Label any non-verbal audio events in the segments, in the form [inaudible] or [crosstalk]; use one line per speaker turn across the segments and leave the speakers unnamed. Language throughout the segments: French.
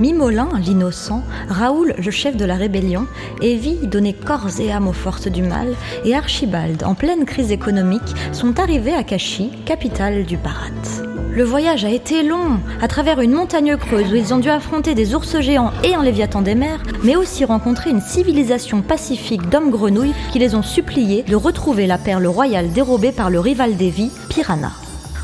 Mimolin, l'innocent, Raoul, le chef de la rébellion, Evie, donnée corps et âme aux forces du mal, et Archibald, en pleine crise économique, sont arrivés à Kashi, capitale du Bharat. Le voyage a été long, à travers une montagne creuse où ils ont dû affronter des ours géants et un léviathan des mers, mais aussi rencontrer une civilisation pacifique d'hommes-grenouilles qui les ont suppliés de retrouver la perle royale dérobée par le rival d'Evie, Piranha.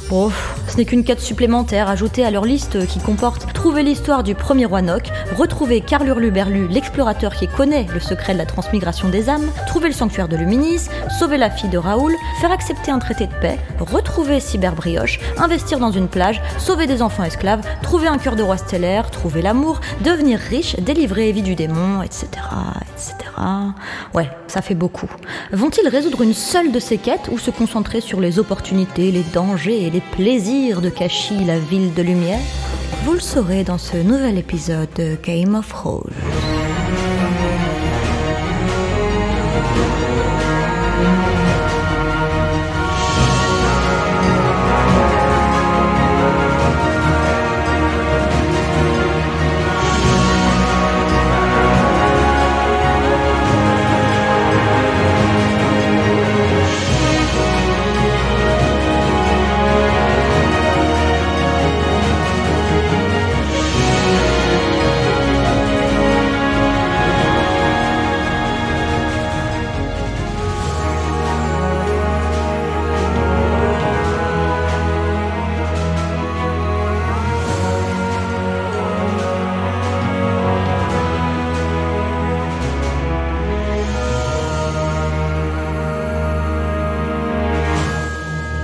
Bon, pff, ce n'est qu'une quête supplémentaire ajoutée à leur liste qui comporte trouver l'histoire du premier Roanoke, retrouver Carl Hurluberlu, l'explorateur qui connaît le secret de la transmigration des âmes, trouver le sanctuaire de Luminis, sauver la fille de Raoul, faire accepter un traité de paix, retrouver Cyberbrioche, investir dans une plage, sauver des enfants esclaves, trouver un cœur de roi stellaire, trouver l'amour, devenir riche, délivrer Evie du démon, etc., etc. Ouais, ça fait beaucoup. Vont-ils résoudre une seule de ces quêtes ou se concentrer sur les opportunités, les dangers et les plaisirs de Kashi, la ville de lumière Vous le saurez dans ce nouvel épisode de Game of Rose.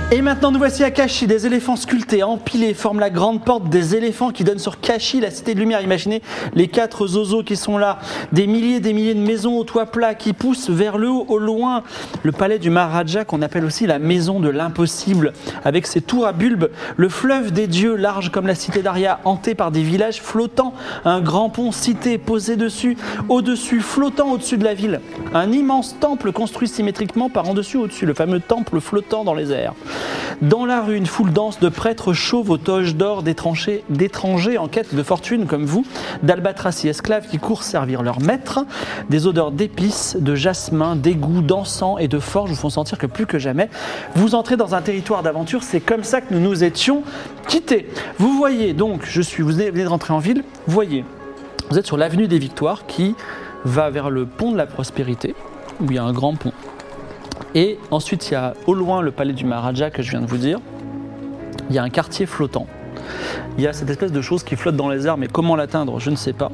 Et maintenant, nous voici à Kashi. Des éléphants sculptés, empilés, forment la grande porte des éléphants qui donnent sur Kashi, la cité de lumière. Imaginez les quatre zozos qui sont là. Des milliers et des milliers de maisons au toit plat qui poussent vers le haut, au loin. Le palais du Maharaja, qu'on appelle aussi la maison de l'impossible, avec ses tours à bulbes. Le fleuve des dieux, large comme la cité d'Aria, hanté par des villages flottants. Un grand pont cité posé dessus, au-dessus, flottant au-dessus de la ville. Un immense temple construit symétriquement par en dessus, au-dessus. Le fameux temple flottant dans les airs. Dans la rue, une foule dense de prêtres chauves aux toges d'or d'étranchés- d'étrangers en quête de fortune comme vous, d'albatras et esclaves qui courent servir leur maître. Des odeurs d'épices, de jasmin, d'égout, d'encens et de forge vous font sentir que plus que jamais, vous entrez dans un territoire d'aventure. C'est comme ça que nous nous étions quittés. Vous voyez donc, je suis, vous venez de rentrer en ville, vous voyez, vous êtes sur l'avenue des Victoires qui va vers le pont de la prospérité, où il y a un grand pont. Et ensuite, il y a au loin le palais du Maharaja que je viens de vous dire. Il y a un quartier flottant. Il y a cette espèce de chose qui flotte dans les airs, mais comment l'atteindre, je ne sais pas.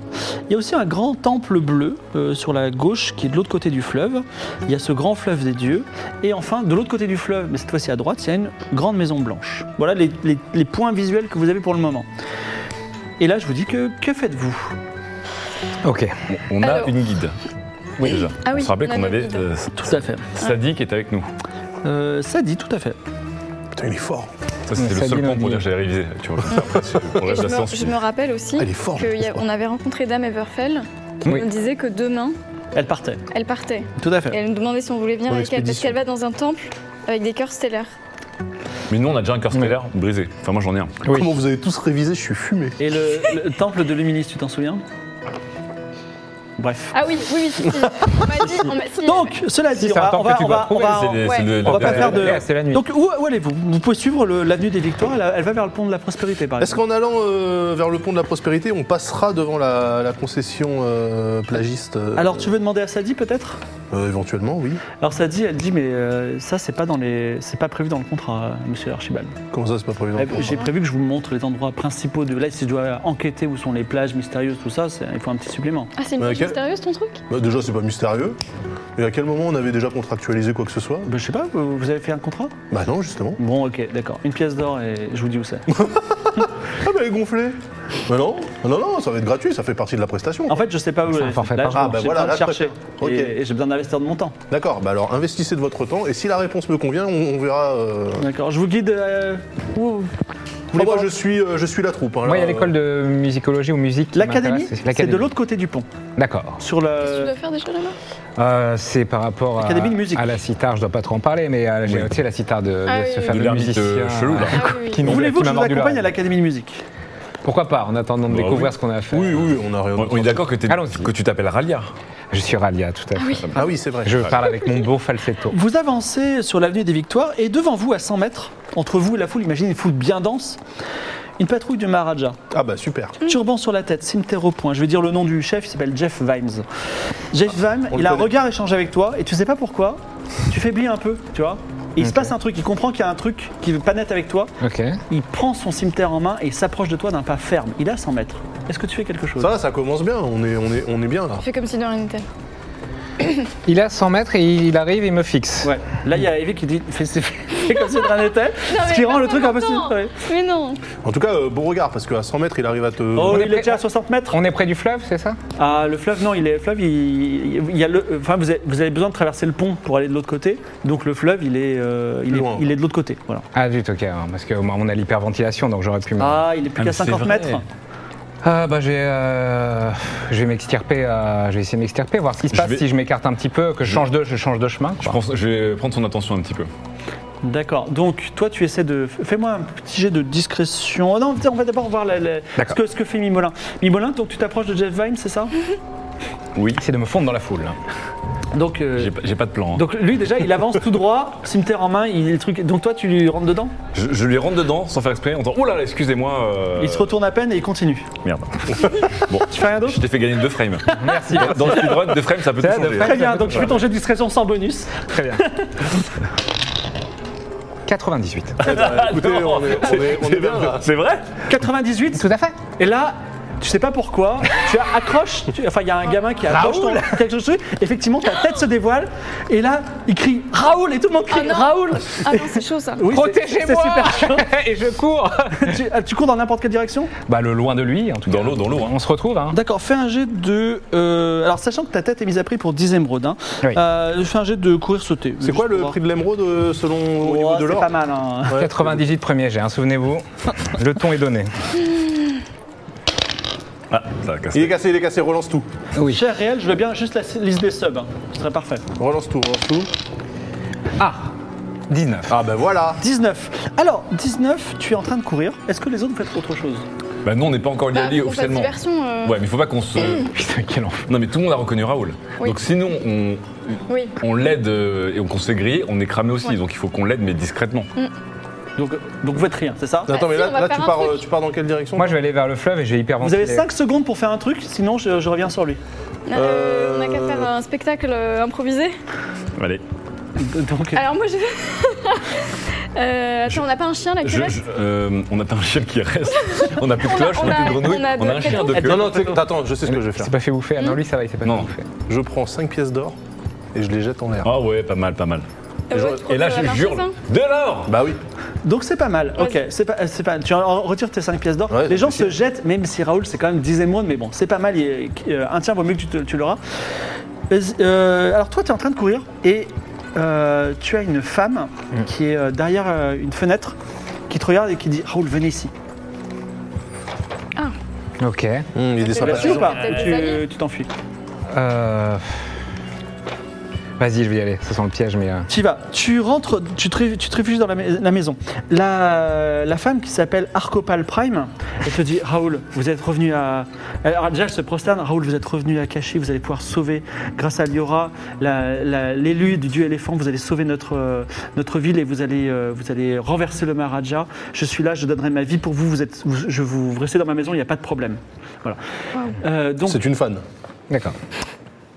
Il y a aussi un grand temple bleu euh, sur la gauche qui est de l'autre côté du fleuve. Il y a ce grand fleuve des dieux. Et enfin, de l'autre côté du fleuve, mais cette fois-ci à droite, il y a une grande maison blanche. Voilà les, les- les points visuels que vous avez pour le moment. Et là, je vous dis que que faites-vous
Ok.
On a
Alors-
une guide.
Oui.
Déjà.
Ah
on
oui,
se rappelait
on a
qu'on
une
avait
guide. Ah.
euh,
Tout à fait.
Sadi qui est avec nous.
Euh, ça dit, tout à fait.
Putain, il est fort.
Ça,
Mais
c'était le
Sadi
seul
m'a
point pour
dit.
dire que j'avais révisé. Tu
[laughs]
vois, comme ça, après, c'est- pour le
Et
reste de
je,
la
me,
séance,
je me rappelle aussi
Elle est forte.
qu'on avait rencontré Dame Everfell. qui
Oui.
nous disait que demain,
Elle partait.
elle partait.
Tout à
Et
fait.
elle nous demandait si on voulait venir
Pour
avec elle, parce
l'expédition.
qu'elle va dans un temple avec des cœurs stellaires.
Mais nous, on a déjà un cœur stellaire brisé. Enfin, moi, j'en ai un.
Oui.
Comment vous avez tous révisé Je suis fumé.
Et le, le temple de Luminis, tu t'en souviens Bref.
Ah oui, oui, oui. si, si. on m'a dit. [laughs] On m'a- si.
Ah. Donc, cela dit,
Si,
on
c'est un
va, on
temple
va,
que tu
on va,
dois
on va-
trouver,
C'est les-
ouais.
c'est le-
on va
la-
pas faire de-
C'est Euh, la nuit.
Donc, où, où allez-vous Vous pouvez suivre le- l'avenue des Victoires, elle, elle va vers le pont de la Prospérité, par
Est-ce
exemple.
qu'en allant euh, vers le pont de la prospérité, on passera devant la, la concession euh, plagiste euh,
Alors, tu veux demander à Sadie, peut-être
euh, Éventuellement, oui.
Alors, Sadie, elle dit, mais euh, ça, c'est pas dans les, c'est pas prévu dans le contrat, euh, monsieur Archibald.
Comment ça, c'est pas prévu dans
Eh,
le
ben,
plan
J'ai prévu que je vous montre les endroits principaux de là. Si je dois enquêter où sont les plages mystérieuses, tout ça, c'est- il faut un petit supplément.
Ah, c'est une
Ouais,
page
quel-
mystérieuse ton truc
Bah, Déjà, c'est pas mystérieux. Et à quel moment on avait déjà contractualisé quoi que ce soit
Ben, je sais pas, vous vous avez fait un contrat
[laughs]
Bah non, justement.
Bon, ok, d'accord. Une pièce d'or et je vous dis où c'est.
Ah, bah, elle est gonflée Mais non, Ah, non, non, ça va être gratuit, ça fait partie de la prestation.
Ah.
En fait, je sais pas où.
C'est un
euh,
forfait
là,
par
je-
jour.
Ah, bah
j'ai
voilà,
besoin de
là, je
chercher.
peux-
Et-
Ok.
Et j'ai besoin d'investir de mon temps.
D'accord, bah alors investissez de votre temps et si la réponse me convient, on, on verra. euh,
D'accord, je vous guide. euh, où-
Ah, moi, je suis, euh, je suis la troupe. hein,
Moi, il y a
là,
l'école de musicologie ou musique. qui
L'académie,
m'intéresse,
c'est de l'autre côté du pont.
D'accord.
Sur
Qu'est-ce que tu
le.
dois faire déjà [laughs] là-bas
Euh, c'est par rapport à,
Académie de musique.
à la sitar, je dois pas trop en parler, mais à, j'ai
Oui.
tu sais, la sitar de,
Ah
de
oui,
ce
oui.
fameux
De l'arbitre,
musicien.
euh, chelou, là.
Ah oui, oui.
qui nous-
Voulez-vous
qui
que je
m'a
vous
mordu
accompagne
l'oreille.
à l'Académie de musique
Pourquoi pas, en attendant de
Bah
découvrir
oui.
ce qu'on a fait.
euh, Oui, oui, on a rien.
On, on est d'accord que, t'es-
Allons-y.
que tu t'appelles Ralia.
Je suis Ralia, tout à fait.
Ah oui, c'est vrai.
Je parle avec mon beau falsetto.
Vous avancez sur l'avenue des Victoires et devant vous, à 100 mètres, entre vous et la foule, imaginez une foule bien dense, une patrouille du Maharaja.
Ah bah super.
Turban sur la tête, cimetière au point. Je vais dire le nom du chef, il s'appelle Jeff Vimes. Jeff Vimes,
on
il
le
a un
connaît.
regard échangé avec toi et tu sais pas pourquoi, tu faiblis un peu, tu vois. Et il se passe un truc, il comprend qu'il y a un truc qui veut pas net avec toi.
Ok.
Il prend son cimetière en main et s'approche de toi d'un pas ferme. Il a 100 mètres. Est-ce que tu fais quelque chose
Ça va, ça commence bien, on est, on est, on est bien là.
On fait comme si de rien n'était.
Il a 100 mètres et il arrive et il me fixe.
Ouais. Là, il y a Evie qui dit [laughs] fait, c'est- fait comme si de rien n'était. Ce qui
mais
rend le
personne
truc un peu.
n'entend.
si- ouais.
Mais non
En tout cas, euh, beau regard, parce qu'à 100 mètres, il arrive à te.
Oh,
On est
il est
prêt-
déjà à 60 mètres.
On est près du fleuve, c'est ça
Ah, le fleuve, non, il est le fleuve. Il, il y a le, enfin, vous avez, vous avez besoin de traverser le pont pour aller de l'autre côté. Donc le fleuve, il est, euh, il est,
loin.
il est de l'autre côté. Voilà.
Ah zut, ok, hein, parce que moi, on a l'hyperventilation, donc j'aurais pu me...
Ah, il est plus
Ah,
qu'à
mais c'est
50
vrai.
mètres.
Ah, bah j'ai... euh, Je vais m'extirper, euh, je vais essayer de m'extirper, voir ce qui se
Je
passe,
vais-
si je m'écarte un petit peu, que je change de, je change de chemin.
Je,
quoi.
pense- je vais prendre son attention un petit peu.
D'accord. Donc toi, tu essaies de. Fais-moi un petit jet de discrétion. Oh, non, tiens, on va d'abord voir la- la- ce,
D'accord.
que, ce que fait Mimolin. Mimolin, donc tu t'approches de Jeff Vine, c'est ça
Oui. C'est de me fondre dans la foule.
Donc. euh,
J'ai pas- j'ai pas de plan. hein.
donc lui déjà il avance tout droit, cimetière en main, il truc. Donc toi tu lui rentres dedans.
Je, je lui rentre dedans sans faire exprès en disant Oh là là, excusez-moi. euh,
Il se retourne à peine et il continue.
Merde. [laughs] bon,
Tu fais rien d'autre
je t'ai fait gagner deux frames.
Merci.
Dans le speedrun, deux frames, ça peut tout
Ça, deux
changer. hein.
frames.
Très bien. Donc tu fais ton jet de discrétion sans bonus.
Très bien. 98.
Écoutez, on est, on est- on est bien là.
C'est vrai
98.
[laughs] Tout à fait.
Et là, tu sais pas pourquoi, tu accroches, tu- enfin il y a un gamin qui accroche ton, quelque chose, effectivement ta tête se dévoile, et là il crie Raoul, et tout le monde crie
Ah non.
Raoul
Ah non, c'est chaud ça
Oui, c'est-
Protégez-moi
C'est super chaud.
[laughs] Et je cours
tu, ah, tu cours dans n'importe quelle direction
Bah le loin de lui, en tout cas.
Dans l'eau, dans l'eau, hein.
On se retrouve, hein.
D'accord, fais un jet de. euh, alors sachant que ta tête est mise à prix pour 10 émeraudes, hein,
Oui.
euh, fais un jet de courir sauter.
C'est quoi le prix de l'émeraude euh, selon au niveau
hein. Oh,
de
C'est
l'or
pas mal. hein.
Ouais.
98 premier jet, hein, souvenez-vous. Le ton est donné.
Ah, ça a cassé.
Il est cassé, il est cassé, relance tout.
Oui.
Cher réel, je veux bien juste la liste des subs, hein. ce serait parfait.
Relance tout, relance tout.
Ah 19.
Ah bah voilà
19. Alors, 19, tu es en train de courir. Est-ce que les autres font autre chose
Bah non, on n'est pas encore lié
Bah, faut pas de
officiellement.
diversion euh,
Ouais, mais faut pas qu'on
[clears throat]
se.
[laughs] Putain, quel enfer.
Non, mais tout le monde a reconnu Raoul.
Oui.
Donc sinon, on,
Oui,
on l'aide euh, et on- qu'on se fait griller, on est cramé aussi.
Ouais. Mm.
Donc il faut qu'on l'aide, mais discrètement.
Donc, euh, donc vous faites rien, c'est ça
Attends, mais
Bah, si,
là,
on va
là,
faire
tu,
un
pars,
truc.
euh, tu pars dans quelle direction
Moi, je vais aller vers le fleuve et je vais
Vous
hyperventiler.
avez 5 secondes pour faire un truc, sinon je, je reviens sur lui.
Euh, on a
Euh.
qu'à faire un spectacle euh, improvisé.
Allez.
Donc,
Alors moi je... [laughs] Euh, attends, on n'a pas un chien là qui
Je-
reste
je- euh, on n'a pas un chien qui reste. On n'a plus de
[laughs] On a-
cloche, on
on
n'a
a-
plus de grenouille.
on a
On a
de
un chien
cadeaux.
de queue.
Non, non, t'inquiète, attends, je sais ce que je vais
C'est
faire.
pas fait bouffer. Ah Non, lui, ça va, il s'est pas
Non.
fait bouffer.
Je prends 5 pièces d'or et je les jette en l'air.
Ah ouais, pas mal, pas mal.
Euh, ouais,
Et là, je
tu
jure,
crois que ça va marcher,
de l'or
Bah oui.
donc c'est pas mal. Ok,
Vas-y.
c'est pas, c'est pas. Tu en retires tes 5 pièces d'or.
Ouais,
Les gens
c'est
se jettent, même si Raoul c'est quand même 10 émeraudes, mais bon, c'est pas mal. il- euh, un tiers vaut mieux que tu, te- tu l'auras. Vas-y, euh, alors toi, tu es en train de courir et euh, tu as une femme qui est euh, derrière euh, une fenêtre qui te regarde et qui dit Raoul, venez ici.
Ok.
Hum, il est
Ça fait
Tu
sympathique.
ou pas
peut-être des
Tu
amis.
tu t'enfuis.
Euh... Vas-y, je vais y aller. Ça sent le piège, mais. euh,
Tu y vas, tu rentres, tu te, ré- tu te réfugies dans la, mais- la maison. La, la femme qui s'appelle Arcopal Prime, elle te dit Raoul, vous êtes revenu à. Alors déjà, je se prosterne. Raoul, vous êtes revenu à Kashi, vous allez pouvoir sauver, grâce à Liora, la- la- l'élu du dieu éléphant, vous allez sauver notre, euh, notre ville et vous allez, euh, vous allez renverser le Maharaja. Je suis là, je donnerai ma vie pour vous, vous, êtes, vous- je vous vous restez dans ma maison, il n'y a pas de problème. Voilà. Euh, donc,
C'est une fan.
D'accord.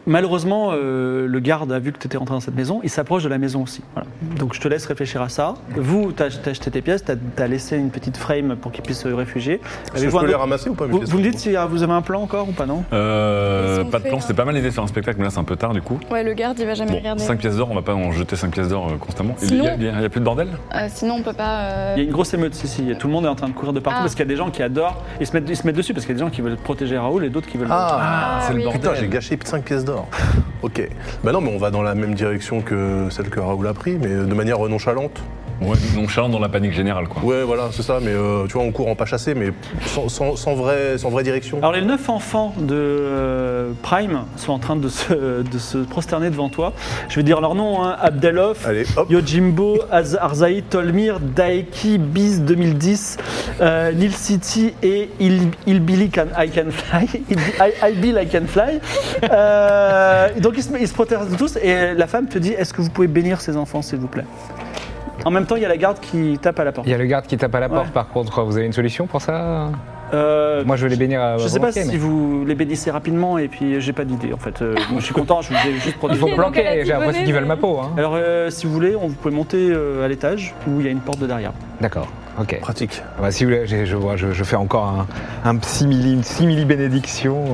Malheureusement, euh, le garde a vu que tu étais rentré dans cette maison, il s'approche de la maison aussi. Voilà. Donc je te laisse réfléchir à ça. Vous, tu as, acheté tes pièces, tu as, laissé une petite frame pour qu'ils puissent se réfugier.
Est-ce que je
Avez-vous un
peux les
autre-
ramasser ou pas mes
vous,
pièces
vous me dites si ah, vous avez un plan encore ou pas, non
Euh,
Ils ont
pas de
fait
plan,
un-
c'était pas mal l'idée de faire un spectacle, mais là c'est un peu tard du coup.
Ouais, le garde, il va jamais
Bon,
regarder.
5 pièces d'or, on va pas en jeter 5 pièces d'or euh, constamment. Il y, a-
Sinon-
il y a il y a plus de bordel
Euh, sinon, on peut pas. euh,
Il y a une grosse émeute, si, si. Tout le monde est en train de courir de partout
Ah.
parce qu'il y a des gens qui adorent. Ils se, mettent, ils se mettent dessus parce qu'il y a des gens qui veulent protéger Raoul et d'autres qui veulent.
Ah,
Ah,
c'est le
oui.
bordel.
Putain, j'ai gâché 5 pièces d'or. Ok. Bah non, mais on va dans la même direction que celle que Raoul a pris, mais de manière nonchalante.
Ouais, nonchalant dans la panique générale quoi.
Ouais, voilà, c'est ça, mais euh, tu vois, on court en pas chassé, mais sans, sans, sans vraie, sans vraie direction.
Alors les neuf enfants de euh, Prime sont en train de se, de se prosterner devant toi. Je vais dire leur nom, hein. Abdalof,
Allez, hop.
Yojimbo, Az- Arzaï, Tolmir, Daeki, Biz 2010, euh, Lil City et Il, Il Billy Can- I Can Fly. [laughs] Il, I, I Bill I Can Fly. Euh, donc ils se, ils se protègent tous et la femme te dit est-ce que vous pouvez bénir ces enfants s'il vous plaît En même temps il y a la garde qui tape à la porte.
Il y a le garde qui tape à la porte,
Ouais.
par contre, vous avez une solution pour ça
Euh,
Moi, je vais les bénir à
Je sais pas
volonté,
si
Ah bah, mais-
vous les bénissez rapidement et puis j'ai pas d'idée en fait. Euh,
[laughs]
moi, je suis content, je vous ai juste
Il
protéger.
faut
Ok, donc elle a
planquer,
dit
j'ai l'impression
venez,
qu'ils veulent ma
venez.
peau. Hein.
Alors euh, si vous voulez, on vous pouvez monter euh, à l'étage où il y a une porte de derrière.
D'accord, ok.
Pratique.
hein. Bah, si vous voulez, j'ai- je, vois, je, je fais encore un, un simili, une simili bénédiction.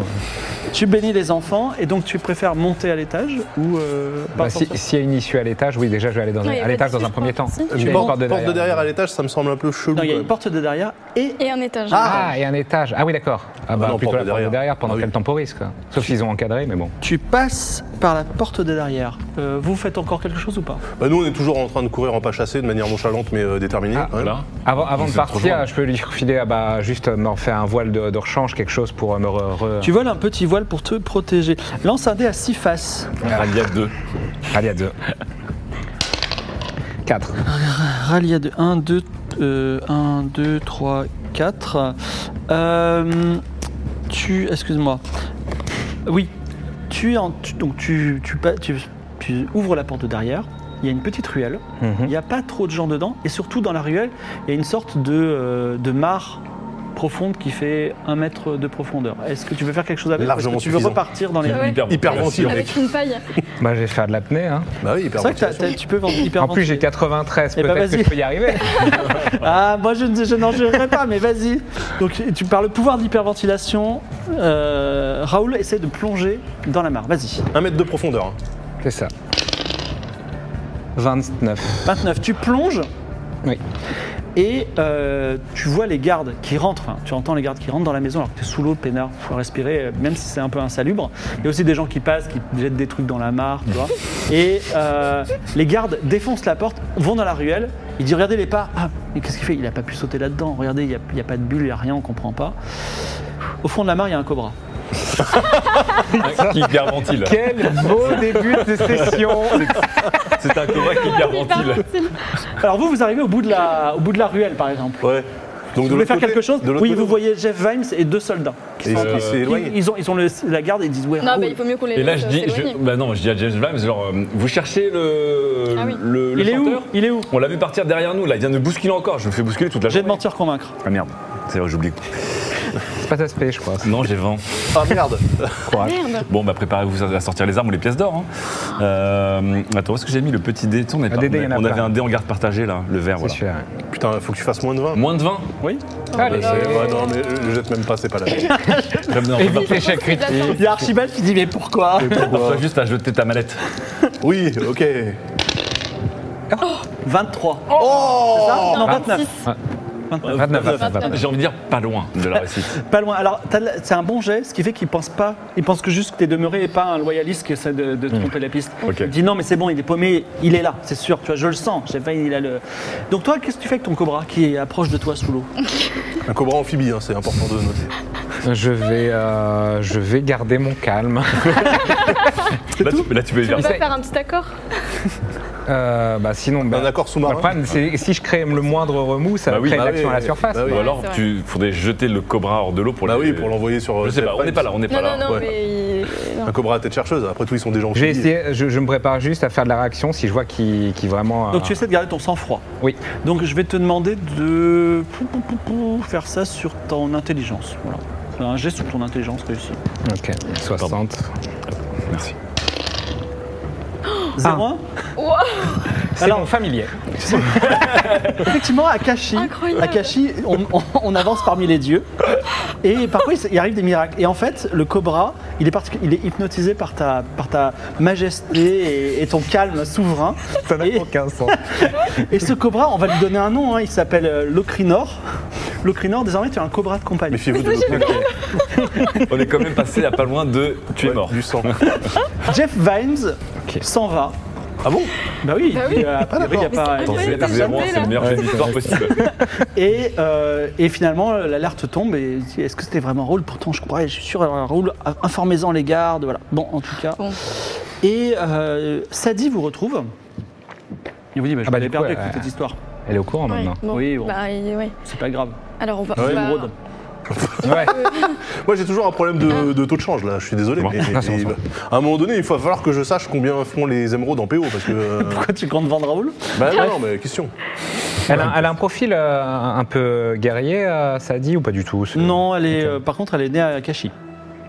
Tu bénis les enfants et donc tu préfères monter à l'étage ou euh, pas
Bah, si- S'il
sortir
y a une issue à l'étage, oui, déjà je vais aller dans
Non,
un-
il y a
à
pas
l'étage dans
d'issue,
un
je
premier temps.
crois. Si.
Je
Une
fais
porte,
porte de
porte de derrière à
derrière.
l'étage, ça me semble un peu chelou.
Non, il y a
quand
une
même.
porte de derrière et
Et un étage.
Ah, et un étage. Ah oui, d'accord. Ah bah,
non,
plutôt
porte de
la porte de
derrière.
derrière pendant
Ah oui.
qu'elle temporise, quoi. Sauf s'ils ont encadré, mais bon.
tu passes par la porte de derrière. Euh, vous faites encore quelque chose ou pas
Ah.
Bah, nous, on est toujours en train de courir en pas chassé de manière nonchalante, mais euh, déterminée.
Ah,
quand même.
Voilà.
Avant, avant
Vous
de
êtes
partir,
rejoints.
je peux lui refiler, ah bah, juste euh, me faire un voile de, de rechange, quelque chose pour euh, me re, re-
Tu voles un petit voile pour te protéger. Lance un dé à six faces.
Radia 2.
Allez, à deux. Quatre.
Rallye de euh, 1, 2, 1, 2, 3, 4. Euh, tu. Excuse-moi. Oui. Tu, es en- tu- donc tu, tu, pa- tu- tu ouvres la porte de derrière. Il y a une petite ruelle.
Mhm.
Il n'y a pas trop de gens dedans. Et surtout, dans la ruelle, il y a une sorte de, euh, de mare profonde qui fait un mètre de profondeur. Est-ce que tu veux faire quelque chose avec Est-ce
Largement
que Tu veux
suffisant.
repartir
[laughs]
dans les.
Ouais.
Hyper ventilé.
Avec une paille.
Bah, je vais faire de l'apnée. Hein.
Bah oui, hyper
C'est vrai que t'as-
ventilation.
t'as- tu peux vendre hyper
En plus, j'ai
ventilé.
93,
Eh ben,
peut-être que
vas-y.
je peux y arriver.
Ah, moi je, ne- je n'en jurerai pas, mais vas-y. Donc, tu par le pouvoir d'hyperventilation, euh, Raoul essaie de plonger dans la mare. Vas-y.
Un mètre de profondeur. hein.
C'est ça. 29.
29, tu plonges.
Oui.
Et euh, tu vois les gardes qui rentrent, enfin, tu entends les gardes qui rentrent dans la maison alors que tu es sous l'eau, peinard, faut respirer, euh, même si c'est un peu insalubre. Il y a aussi des gens qui passent, qui jettent des trucs dans la mare, tu vois. Et euh, les gardes défoncent la porte, vont dans la ruelle, ils disent Regardez les pas, ah, mais qu'est-ce qu'il fait Il a pas pu sauter là-dedans, regardez, il n'y a, il y a pas de bulle, il n'y a rien, on comprend pas. Au fond de la mare, il y a un cobra.
qui hyperventile.
Quel beau début de session
C'est un cobra qui hyperventile.
Alors vous, vous arrivez au bout de la, au bout de la ruelle, par exemple.
Ouais. Donc
Vous voulez faire
l'autre côté-
quelque chose
de l'autre
Oui,
côté,
vous voyez Jeff Vimes et deux soldats. qui
Et
sont en
ils-
train-
ils
qui-
s'éloignent.
ils ont, ils ont le- la garde et ils disent ouais. oh,
Non,
Raoul,
bah, il vaut mieux qu'on les
Et là
laisse
je dis,
s'éloigner.
je- bah non, je dis à James Vimes, genre, euh, vous cherchez le,
Ah oui.
le, le
il est où
chanteur
Il est où
On l'a vu partir derrière nous, là, il vient de bousculer encore, je me fais bousculer toute la
J'ai de
journée.
mentir convaincre.
Ah merde, c'est vrai, j'oublie.
C'est pas aspect, je crois.
Non, j'ai 20.
Ah merde [laughs]
Merde.
Bon, bah préparez-vous à sortir les armes ou les pièces d'or. hein. Euh, attends, où est-ce que j'ai mis le petit dé Tu sais, On, est pas-
dé, dé,
on
il y en a
on avait
plein.
un dé en garde partagée, là, le vert,
C'est
voilà.
celui-là.
Putain, faut que tu fasses moins de 20.
Moins de 20
Oui.
hein. Allez,
Ouais, c'est- ouais, non, mais euh, je jette même pas, c'est pas la peine.
Comme dans-
évite l'échec
Je pense que
critique.
Il y a Archibald qui dit mais pourquoi [laughs]
Toi, juste à jeter ta mallette.
[laughs] Oui, ok.
23. Oh C'est ça Non, 29.
29, 29, 29.
J'ai envie de dire pas loin de la réussite.
Pas loin. Alors t'as le- c'est un bon jet, ce qui fait qu'il pense pas. Il pense que juste que t'es demeuré et pas un loyaliste qui essaie de, de
Mmh.
tromper la piste.
Ok.
Il dit non mais c'est bon, il est paumé, il est là, c'est sûr. Tu vois, je le sens. Jeff Vimes, il a le. Donc toi, qu'est-ce que tu fais avec ton cobra qui approche de toi sous l'eau
Un cobra amphibie, hein, c'est important de noter.
Je vais, euh, je vais garder mon calme.
Là, tu, là, tu peux les faire.
Tu peux
Essaye.
pas faire un petit accord
Euh, bah, sinon, bah,
Un accord
bah,
sous-marin.
le problème, c'est si je crée le moindre remous, ça
Bah
va
oui,
créer
bah
une action
oui,
à la surface.
bah oui.
Ou
Ouais,
alors,
c'est vrai.
tu faudrait jeter le cobra hors de l'eau pour
Bah
les-
oui, pour l'envoyer sur.
Je
euh,
sais pas, on n'est pas là, on n'est
Non,
pas
non,
là.
non,
ouais.
mais. il- non.
Un cobra à tête chercheuse, après tout, ils sont des gens
Je vais
amphibies.
essayer, je, je me prépare juste à faire de la réaction si je vois qui qui vraiment. euh,
Donc tu essaies de garder ton sang-froid.
Oui.
Donc je vais te demander de pou, pou, pou, pou, faire ça sur
euh,
ton intelligence. Voilà. Un geste sur ton intelligence réussi.
Ok, 60.
Merci.
01
C'est
Alors-
mon familier.
Effectivement, Akashi,
Incroyable.
Akashi on, on- on avance parmi les dieux. Et parfois, il s- il arrive des miracles. Et en fait, le cobra, il est, particu- il est hypnotisé par ta, par ta majesté et, et ton calme souverain.
Ça n'a
Et-
aucun sens.
Et ce cobra, on va lui donner un nom, hein, il s'appelle euh, Locrinor. Locrinor, désormais, tu as un cobra de compagnie.
Méfiez-vous de l'autre.
On est quand même passé à pas loin de tu es
Ouais,
mort.
Du sang.
Jeff Vines s'en va.
Ah bon
Bah oui,
Bah
il
oui.
euh, a priori, il y a
Mais
pas-
c'est
Attends,
Ouais,
c'est
t'as
zéro,
chanté,
c'est
là.
le meilleur jeu d'histoire possible.
Et, euh, et finalement, l'alerte tombe. Et il dit, est-ce que c'était vraiment un rôle Pourtant, je crois, je suis sûr, euh, un rôle. Informez-en les gardes. Voilà. Bon, en tout cas.
Bon.
Et euh, Sadie vous retrouve. Il vous dit, bah, je
Ah bah,
l'avais
du coup,
perdu avec
euh,
cette histoire.
Elle est au courant
Ouais,
maintenant.
bon.
Oui, bon.
Bah, il- ouais.
C'est pas grave.
Alors, on va. on
C'est
va-
l'émeraude. [laughs]
Ouais.
Moi, j'ai toujours un problème de, de taux de change, là. Je suis désolé.
Bon.
mais- mais- à un moment donné, il va falloir que je sache combien font les émeraudes en PO, parce que... euh,
Pourquoi tu comptes vendre Raoul
bah non, non, mais question.
Elle a, elle a un profil euh, un peu guerrier, euh, ça dit, ou pas du tout ce-
Non, elle est. euh, par contre, elle est née à Kashi.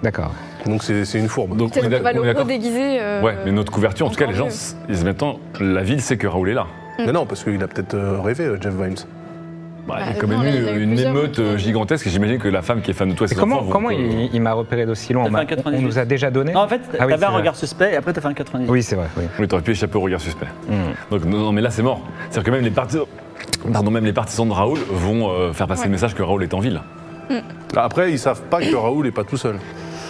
D'accord.
Donc, c'est c'est une fourbe.
Donc
Peut-être qu'on va le
d'accord.
redéguiser. euh,
Ouais, mais notre couverture, en tout cas, les gens,
encore
ils se mettent en- La ville sait que Raoul est là.
Mais non, parce qu'il a peut-être euh, rêvé, euh, Jeff Vimes.
Bah, il y a
Bah,
quand même
non, il y en a
eu
eu
une
plusieurs,
émeute
donc,
euh,
euh,
gigantesque. et J'imagine que la femme qui est fan de toi, et
Et
ses
comment,
enfants vont
comment
te-
il, il m'a repéré d'aussi loin
T'as
on, m'a-
fait un 98.
on nous a déjà donné
Non, en fait,
Ah oui,
t'avais
c'est
un
vrai.
regard suspect et après, t'as fait un 90.
Oui, c'est vrai. oui.
euh, Oui, t'aurais pu échapper au regard suspect.
Hmm.
Donc non, non, mais là c'est mort. C'est-à-dire que même les partisans, pardon, même les partisans de Raoul vont euh, faire passer
Ouais.
le message que Raoul est en ville.
Après, ils savent pas que Raoul est pas tout seul.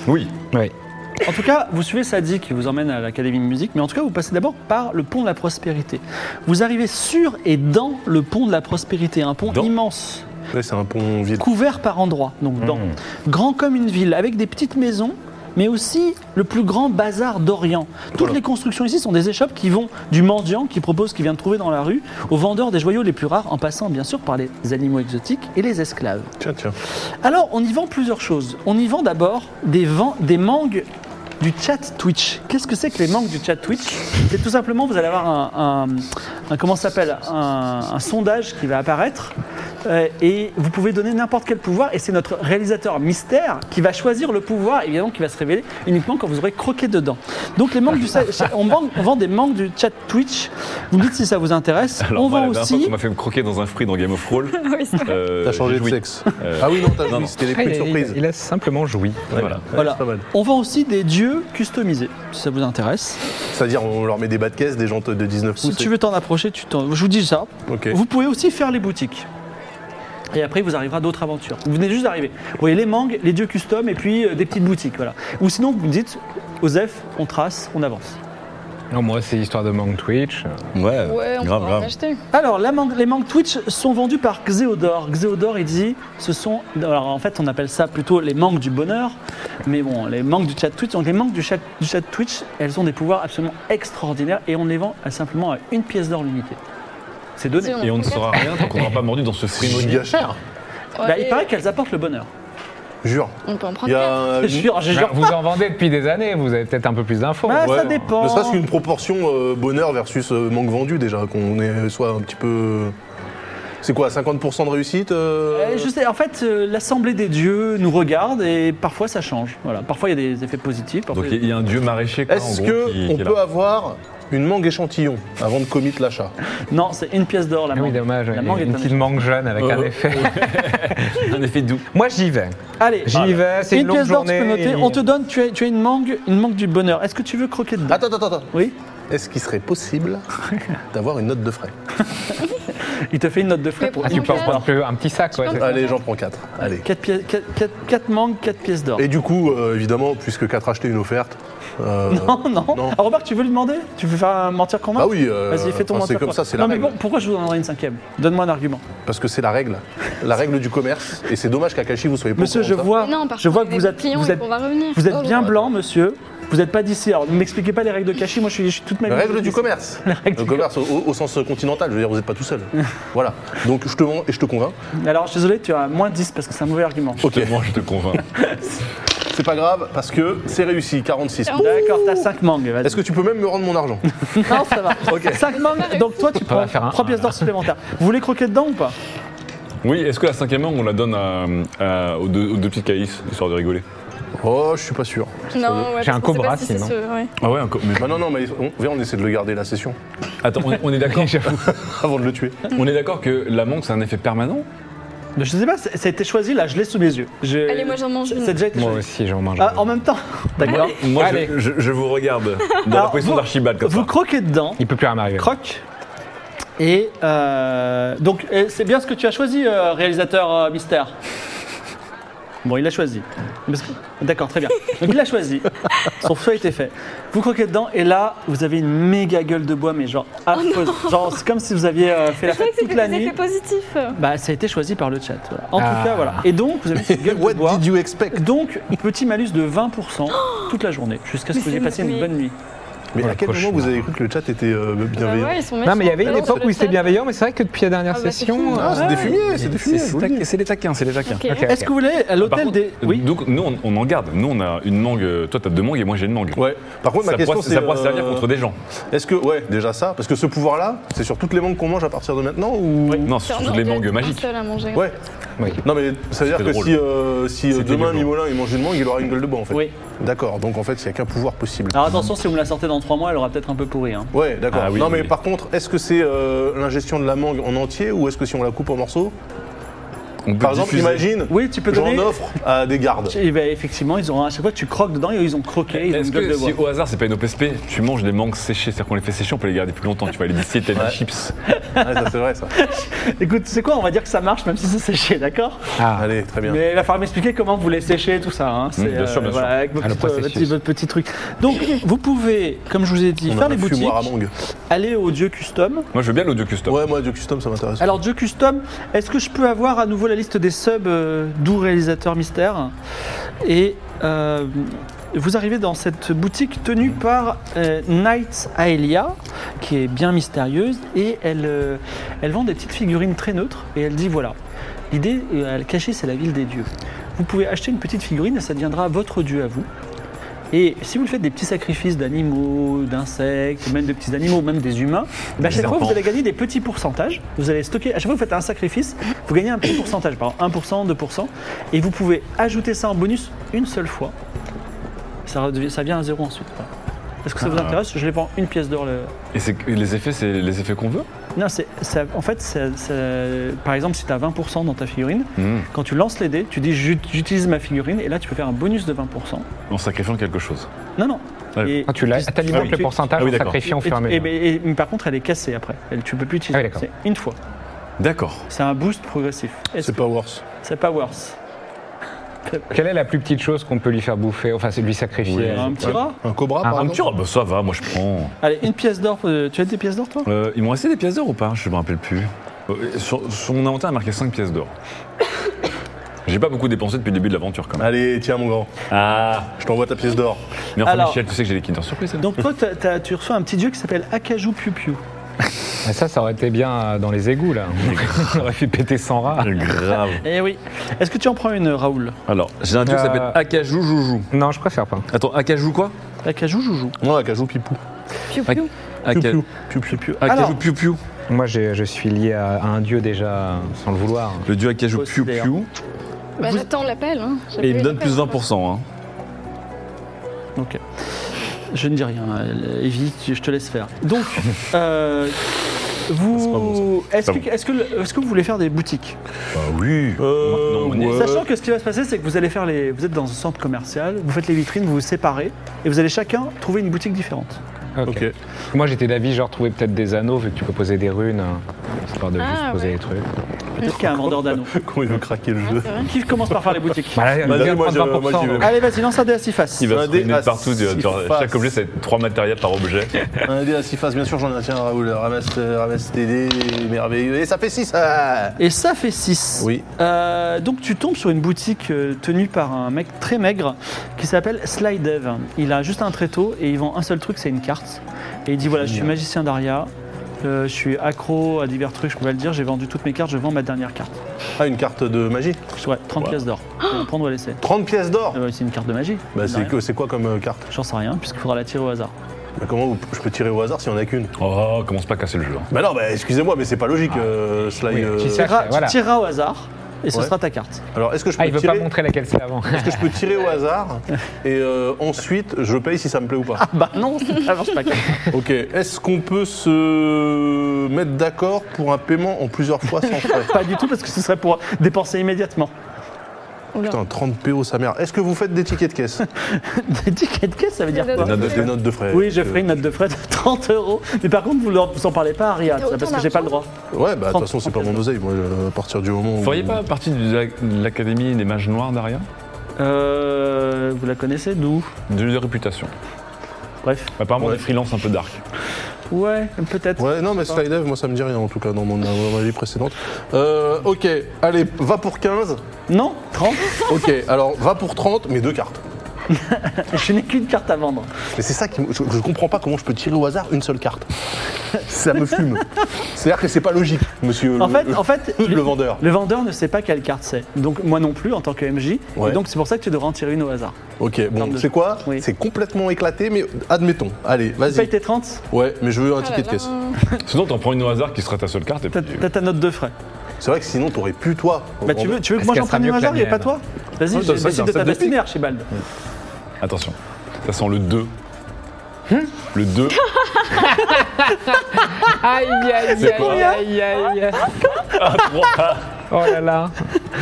Oui.
Oui.
En tout cas, vous suivez Sadie qui vous emmène à l'Académie de musique, mais en tout cas, vous passez d'abord par le pont de la prospérité. Vous arrivez sur et dans le pont de la prospérité, un pont
Dans.
immense,
Là, c'est un pont vide.
couvert par endroits, donc dans. Grand comme une ville, avec des petites maisons, mais aussi le plus grand bazar d'Orient. Toutes les constructions ici sont des échoppes qui vont du mendiant qui propose, qui vient de trouver dans la rue, aux vendeurs des joyaux les plus rares, en passant bien sûr par les animaux exotiques et les esclaves.
Tiens, tiens.
Euh,
Alors, on y vend plusieurs choses. On y vend d'abord des, vents- des mangues du chat Twitch. Qu'est-ce que c'est que les mangues du chat Twitch C'est tout simplement, vous allez avoir un, un- un- comment ça s'appelle un, un sondage qui va apparaître. euh, et vous pouvez donner n'importe quel pouvoir, et c'est notre réalisateur mystère qui va choisir le pouvoir, évidemment, qui va se révéler uniquement quand vous aurez croqué dedans. Donc les mangues du chat- on vend, on vend des mangues du chat Twitch. Vous me dites si ça vous intéresse.
Alors
on
moi,
vend
la dernière fois
aussi.
qu'on m'a fait me croquer dans un fruit dans Game
[laughs]
of Thrones,
oui, c'est-
euh,
T'as changé
j'ai
de
joui.
sexe.
Euh,
Ah oui, non, t'as
non,
joué,
non.
c'était les
Ah,
prix
il,
de
a,
surprise.
il- il a simplement joui.
Voilà.
Voilà.
c'est pas mal.
On vend aussi des dieux customisés, si ça vous intéresse.
C'est-à-dire, on leur met des bas de caisse, des gens de 19 pouces.
Si tu veux t'en approcher, tu t'en- je vous dis ça.
Ok.
Vous pouvez aussi faire les boutiques. Et après, il vous arrivera d'autres aventures. Vous venez juste d'arriver. Vous voyez les mangues, les dieux custom et puis euh, des petites boutiques. voilà. Ou sinon, vous me dites, Osef, on trace, on avance.
Non, moi, c'est l'histoire de Mang Twitch.
Ouais,
ouais, on
grave,
pourra en
grave.
acheter.
Alors, la mangue- les mangues Twitch sont vendues par Xéodore. Xéodore, il dit, ce sont. Alors, en fait, on appelle ça plutôt les mangues du bonheur. Mais bon, les mangues du chat Twitch. Donc, les mangues du chat, du chat Twitch, elles ont des pouvoirs absolument extraordinaires et on les vend à simplement à une pièce d'or l'unité. C'est donné.
Si,
Et on ne
peut
saura rien tant qu'on n'aura pas mordu dans ce
C'est
fruit maudit.
giga cher.
quatre. Ouais,
Bah, il paraît qu'elles apportent le bonheur.
Jure.
On peut en prendre
Il y a
quatre.
un-
Je jure, je jure.
vous en vendez depuis des années, vous avez peut-être un peu plus d'infos.
Ah, ça
Ouais.
dépend.
Ne serait-ce qu'une proportion euh, bonheur versus euh, manque vendu déjà, qu'on est soit un petit peu. C'est quoi, 50% de réussite euh,
Euh, je sais, en fait, euh, l'assemblée des dieux nous regarde et parfois ça change. Voilà, parfois il y a des effets positifs. parfois
Donc
il y
il y a un dieu maraîcher. quoi, en
Est-ce
gros, qui-
que on
qui est là.
peut avoir une mangue échantillon avant de commit l'achat
a- Non, c'est une pièce d'or la
Ah oui,
mangue.
dommage.
La mangue est
une
un-
petite mangue jeune avec un
Euh,
effet.
un effet doux
[laughs] Moi, j'y vais.
Allez,
J'y vais, c'est une,
une
longue
pièce d'or, tu
journée.
peux noter.
et-
On te donne, tu as, tu as une mangue, une mangue du bonheur. Est-ce que tu veux croquer dedans
Attends, attends, attends.
Oui.
Est-ce qu'il
[laughs]
serait possible d'avoir une note de frais
Il te fait une note de frais
Mais
pour
Ah,
une
tu peux en
pièce d'or.
prendre
Ah,
plus- un petit sac, ouais.
Je
c'est ça.
Allez, j'en prends 4. Allez.
4, mangues, 4 pièces d'or.
Et du coup, euh, évidemment, puisque 4 achetés, une offerte.
[laughs]
euh,
[laughs] Non, non.
non.
Ah, Robert, tu veux lui demander Tu veux faire un mentir convaincre
Bah oui, euh,
Vas-y, fais ton
enfin,
mentir
c'est comme
convaincre.
ça, c'est la
Non, mais
règle.
bon, pourquoi je vous en donnerai une cinquième Donne-moi un argument.
Parce que c'est la règle. La règle du commerce. Et c'est dommage qu'Akashi, vous soyez pas au
Monsieur,
courant
je
de ça.
vois,
Non, parce
je vois
qu'on
que
est
vous
des
êtes,
clients
vous
et
êtes,
qu'on va revenir.
vous êtes
Oh,
bien
ouais.
blanc, monsieur. Vous n'êtes pas d'ici. Alors, ne m'expliquez pas les règles de cachet. Moi, je suis, je suis toute ma vie.
La règle du commerce.
règle
Le
du
commerce au, au sens continental, je veux dire, vous n'êtes pas tout seul. voilà. Donc je te mens et je te convainc.
Alors, je suis désolé, tu as moins 10 parce que c'est un mauvais argument.
Ok.
Moi, je te convainc.
C'est pas grave parce que c'est réussi, 46.
D'accord, t'as 5 mangues. Vas-y.
Est-ce que tu peux même me rendre mon argent
[laughs] Non,
[laughs]
ça va. 5 mangues, donc toi, tu prends
va faire un
3 pièces d'or supplémentaires. Vous voulez croquer dedans ou pas
Oui, est-ce que la cinquième mangue, on la donne à- à- aux, deux, aux deux petits caïs, histoire de rigoler
Oh, je suis pas sûr.
Non, ouais,
J'ai
parce
un
qu'on sait
cobra,
pas si c'est
sinon.
ce- ouais.
Ah ouais, un co- mais-
Bah non, non, mais on, viens, on essaie de le garder la session [laughs]
attends, on est, on est
[laughs]
d'accord.
avant de le tuer.
on est d'accord que la manque, c'est un effet permanent.
Mais je sais pas, c'est- ça a été choisi là, je l'ai sous mes yeux. Je-
Allez, moi j'en mange une.
Ça a déjà été
Moi
choisi.
aussi, j'en mange.
Ah, en même temps, d'accord.
Moi,
Allez.
je, je- je vous regarde dans la
Alors,
position
vous-
d'Archibald comme
Vous
ça.
croquez dedans,
Il peut plus rien m'arriver.
croque. Et euh, donc, euh, c'est bien ce que tu as choisi, euh, réalisateur euh, mystère. Bon, il l'a choisi. Parce que- D'accord, très bien. Donc, il l'a choisi. Son feu a été fait. Vous croquez dedans, et là, vous avez une méga gueule de bois, mais genre affreuse. genre, c'est comme si vous aviez euh, fait la
Oh Je croyais
fête
que
toute
c'était
la
des
nuit.
effets positifs.
Bah, ça a été choisi par le chat. voilà. En
Ah.
tout cas, voilà. Et donc, vous avez cette
[laughs]
gueule de bois.
you expect
Donc, petit malus de
[gasps]
20% toute la journée, jusqu'à ce
Mais
que vous ayez
c'est-
passé une
mais-
bonne nuit.
Mais
Oh,
à
le
quel moment
cauchemar.
vous avez cru que le chat était euh,
Bah
bienveillant
ouais, ils sont
Non, mais il y avait une
méchants.
époque où il était bienveillant, mais c'est vrai que depuis la dernière
Ah, bah,
session. euh,
c'est
Ah, c'est des fumiers, c'est des fumiers. je vous le dis.
C'est les taquins, c'est les taquins.
Ok.
Ok.
Est-ce que vous voulez à
Par
l'hôtel
contre, euh,
des. Oui.
Donc nous on, on en garde. Nous on a une mangue. euh, Toi t'as deux mangues et moi j'ai une mangue.
Ouais. Par contre,
ça
ma question
pourra,
c'est.
ça pourra servir
euh,
contre des gens.
Est-ce que. Ouais, déjà ça. Parce que ce pouvoir-là, c'est sur toutes les mangues qu'on mange à partir de maintenant ou.
Non,
C'est
c'est
un
surtout les
organe,
mangues
un
magiques.
seul à manger.
Ouais.
Oui.
Non, mais ça veut dire
C'était
que
drôle.
si, euh, si euh,
C'était
demain
dégoûtant.
Mimolin il mange une mangue, il aura une gueule de bois en fait.
Oui. Ah.
D'accord. Donc en fait, il n'y a qu'un pouvoir possible.
Alors attention, si vous me la sortez dans 3 mois, elle aura peut-être un peu pourri. Hein.
Ouais, d'accord.
Ah oui,
non,
oui,
mais
oui.
par contre, est-ce que c'est euh, l'ingestion de la mangue en entier ou est-ce que si on la coupe en morceaux
On peut
Par exemple,
diffuser.
imagine,
Oui, tu peux
j'en
donner-
offre à des
[laughs]
gardes.
Et ben, effectivement, ils auront, à chaque fois que tu croques dedans, ils ont croqué, ils ont une
Est-ce
gueule
que
de bois.
si au hasard c'est pas une OPSP, tu manges des mangues séchées, c'est-à-dire qu'on les fait sécher, on peut les garder plus longtemps, tu vas les distiller t'as des chips.
Ouais, ça, c'est vrai, ça.
Écoute, tu sais quoi On va dire que ça marche, même si c'est séché, d'accord
Ah,
Allez, très bien.
Mais il va falloir m'expliquer comment vous les séchez, tout ça. Hein. C'est,
bien sûr, bien
voilà,
sûr.
avec vos
Ah, le
petites, euh,
processus.
petits- votre petit truc. Donc, vous pouvez, comme je vous ai dit,
On a
faire
un
les boutiques,
fumoir à mangue.
aller au dieu custom.
Moi je veux bien l'audio custom.
Ouais, moi, du custom, ça m'intéresse.
Alors, dieu custom, est-ce que je peux avoir à nouveau la liste des subs euh, d'où réalisateur mystère Et euh, vous arrivez dans cette boutique tenue par euh, Knight Aelia, qui est bien mystérieuse, et elle, euh, elle vend des petites figurines très neutres, et elle dit voilà, l'idée euh, à la cacher, c'est la ville des dieux. Vous pouvez acheter une petite figurine et ça deviendra votre dieu à vous. Et si vous le faites des petits sacrifices d'animaux, d'insectes, même des petits animaux, même des humains, bah, à chaque fois
serpents.
vous allez gagner des petits pourcentages. Vous allez stocker, à chaque fois que vous faites un sacrifice, vous gagnez un petit pourcentage, par exemple 1%, 2%, et vous pouvez ajouter ça en bonus une seule fois. Ça, redevient- ça vient à zéro ensuite. voilà. Est-ce que ça vous intéresse Je les vends une pièce d'or. Le...
Et c'est que les effets, c'est les effets qu'on veut
Non, c'est, ça- en fait, ça- ça- par exemple, si tu as 20% dans ta figurine,
Mmh.
quand tu lances les dés, tu dis j'ut- j'utilise ma figurine, et là tu peux faire un bonus de 20%.
en sacrifiant quelque chose.
Non, non.
Ah oui.
Et-
Ah, tu l'as. T'alimentes
tu-
le pourcentage
Ah oui,
en
d'accord.
sacrifiant au
Et,
fur et à
et-
mesure.
mais- et- mais par contre, elle est cassée après. Elle, tu peux plus
Ah oui,
utiliser.
d'accord.
C'est une fois.
D'accord.
C'est un boost progressif. Est-ce
C'est
que-
pas worse.
C'est pas worse.
Quelle est la plus petite chose qu'on peut lui faire bouffer, enfin, c'est lui sacrifier
Un petit rat
Un cobra,
Ah,
par
Un
exemple
petit oh, bah, ça va, moi je prends.
Allez, une pièce d'or. euh, Tu as des pièces d'or, toi
Euh, ils m'ont resté des pièces d'or ou pas Je me rappelle plus. Euh, Sur, sur mon inventaire a marqué 5 pièces d'or. [coughs] J'ai pas beaucoup dépensé depuis le début de l'aventure quand même.
Allez, tiens, mon grand.
Ah
Je t'envoie ta pièce d'or.
Mais enfin,
Alors-
Michel, tu sais que j'ai des Kinder Surprise.
Donc, toi, t'as- t'as- tu reçois un petit dieu qui s'appelle Akaju Piu Piu.
Ah, Ça, ça aurait été bien euh, dans les égouts, [laughs] là. On aurait fait péter 100 rats.
Ah,
Grave.
Eh oui. Est-ce que tu en prends une, Raoul
Alors, j'ai un dieu qui
Euh.
s'appelle Akajou Joujou.
Non, je préfère pas.
Attends, Akajou quoi
Akaju Joujou.
Non, la cajou pipou.
Piou, piou.
Aka-
Piou,
Piu Piu Piu. Alors,
Akajou Piu Piu.
Moi, j'ai- je suis lié à à un dieu déjà, sans le vouloir.
Le dieu Akajou
Aussi,
Piu
d'ailleurs.
Piu.
Bah,
Vous-
J'attends l'appel. hein. J'ai pas
Et il
eu
me donne
l'appel,
plus
encore.
20%. Hein.
ok. Je ne dis rien. euh, Evie, tu- je te laisse faire.
[laughs]
Donc, euh,
C'est pas bon,
vous. Est-ce
Pas
que, est-ce que le- est-ce que vous voulez faire des boutiques
Bah oui.
Euh,
Non, on y est.
ouais.
Sachant que ce qui va se passer, c'est que vous allez faire les. Vous êtes dans un centre commercial, vous faites les vitrines, vous vous séparez, et vous allez chacun trouver une boutique différente.
ok.
Ok.
Moi, j'étais d'avis, genre, trouver peut-être des anneaux, vu que tu peux poser des runes, hein, histoire de
Ah,
juste poser
ouais.
les trucs.
Peut-être qu'il y a un vendeur d'anneaux.
[laughs] Comment il veut craquer le
Ouais,
Ah,
jeu
c'est vrai.
Qui commence par faire les boutiques
Bah, là,
Bah,
il vient
allez,
de
moi, je-
prendre 20%,
moi, j'y vais.
donc.
Allez, vas-y, lance un dé à six faces.
Il va
Un
se
dé
ruiner
à
partout.
six
genre,
faces.
chaque objet, ah, c'est 3 matériels par objet.
Un dé à 6 faces, bien sûr, j'en ai. Tiens, Raoul, ramasse, euh, ramasse tes dés, merveilleux. Et ça fait ah. 6
Et ça fait 6.
Oui.
Euh, donc tu tombes sur une boutique euh, tenue par un mec très maigre qui s'appelle Slydev. Il a juste un tréteau et il vend un seul truc, c'est une carte. Et il dit voilà, je suis magicien d'Aria, euh, je suis accro à divers trucs, je pouvais le dire, j'ai vendu toutes mes cartes, je vends ma dernière carte.
Ah, une carte de magie.
Ouais, 30 pièces d'or. Faut la Prendre ou la laisser
30 pièces d'or
Euh, C'est une carte de magie.
Bah,
Rien.
c'est que- c'est quoi comme euh, carte
J'en sais rien, puisqu'il faudra la tirer au hasard.
Bah, Comment vous- je peux tirer au hasard si on a qu'une
Oh, commence pas à casser le jeu. hein.
Bah non, bah excusez-moi, mais c'est pas logique, euh, Sly.
Oui,
euh,
qui
Tu
sert-
tireras,
voilà.
tu tireras au hasard. et ce
Ouais.
sera ta carte.
Alors, est-ce que je peux
Ah, il veut pas
tirer
montrer laquelle c'est avant.
Est-ce que je peux tirer au [laughs] hasard et euh, ensuite je paye si ça me plaît ou pas
Bah non, ça marche pas.
Ok. Est-ce qu'on peut se mettre d'accord pour un paiement en plusieurs fois sans [laughs] frais
Pas du tout parce que ce serait pour dépenser immédiatement. [laughs]
Oula.
Putain, 30 PO sa mère. Est-ce que vous faites des tickets de caisse
Des tickets de caisse, ça veut dire
Des
quoi
notes.
Des notes de frais.
Oui, je ferai une note de frais de 30 euros. Mais par contre, vous n'en parlez pas à Riyad,
T'as
ça, parce que j'ai
autant
pas le droit.
Ouais, bah de toute
30,
façon, c'est pas mon oseille. Moi, euh, à partir du moment où.
Vous feriez pas partie du- de l'académie des mages noirs d'Aria
Euh, vous la connaissez d'où
De leur réputation.
Bref.
Apparemment
Ouais.
des freelances un peu dark.
Ouais, peut-être.
Ouais, non, mais Skydive, moi ça me dit rien en tout cas dans mon, dans ma vie précédente. Euh, ok, allez, va pour 15.
Non 30
Ok, alors va pour 30, mais deux cartes.
Je n'ai qu'une carte à vendre.
Mais c'est ça qui. me- Je, je comprends pas comment je peux tirer au hasard une
[laughs]
seule carte. Ça me fume. C'est-à-dire que c'est pas logique, monsieur.
En
le-
fait,
le-
en fait
[laughs] le vendeur.
le vendeur ne sait pas quelle carte c'est. Donc moi non plus en tant que MJ.
Ouais.
Et donc c'est pour ça que tu devrais en tirer une au hasard.
Ok, bon,
Pardon.
c'est quoi
Oui.
C'est complètement éclaté, mais admettons. Allez,
Tu payes
vas-y.
tes 30
Ouais, mais je veux un
Ah
ticket de
là
caisse.
là.
Sinon, t'en prends une au hasard qui sera ta seule carte. Et
T'as
puis,
t'as ta note de frais.
C'est vrai que sinon, t'aurais pu, toi.
Bah tu veux, tu veux que
Est-ce
moi
qu'elle
j'en
sera
prenne
mieux
une au
que la
hasard, il a pas
mienne
toi Vas-y,
ça, c'est
décide
un
de ta
set de
destinée,
pique.
Archibald.
Attention, ça sent le 2. Le 2.
Aïe, aïe,
C'est quoi
aïe, aïe, aïe. Oh là là.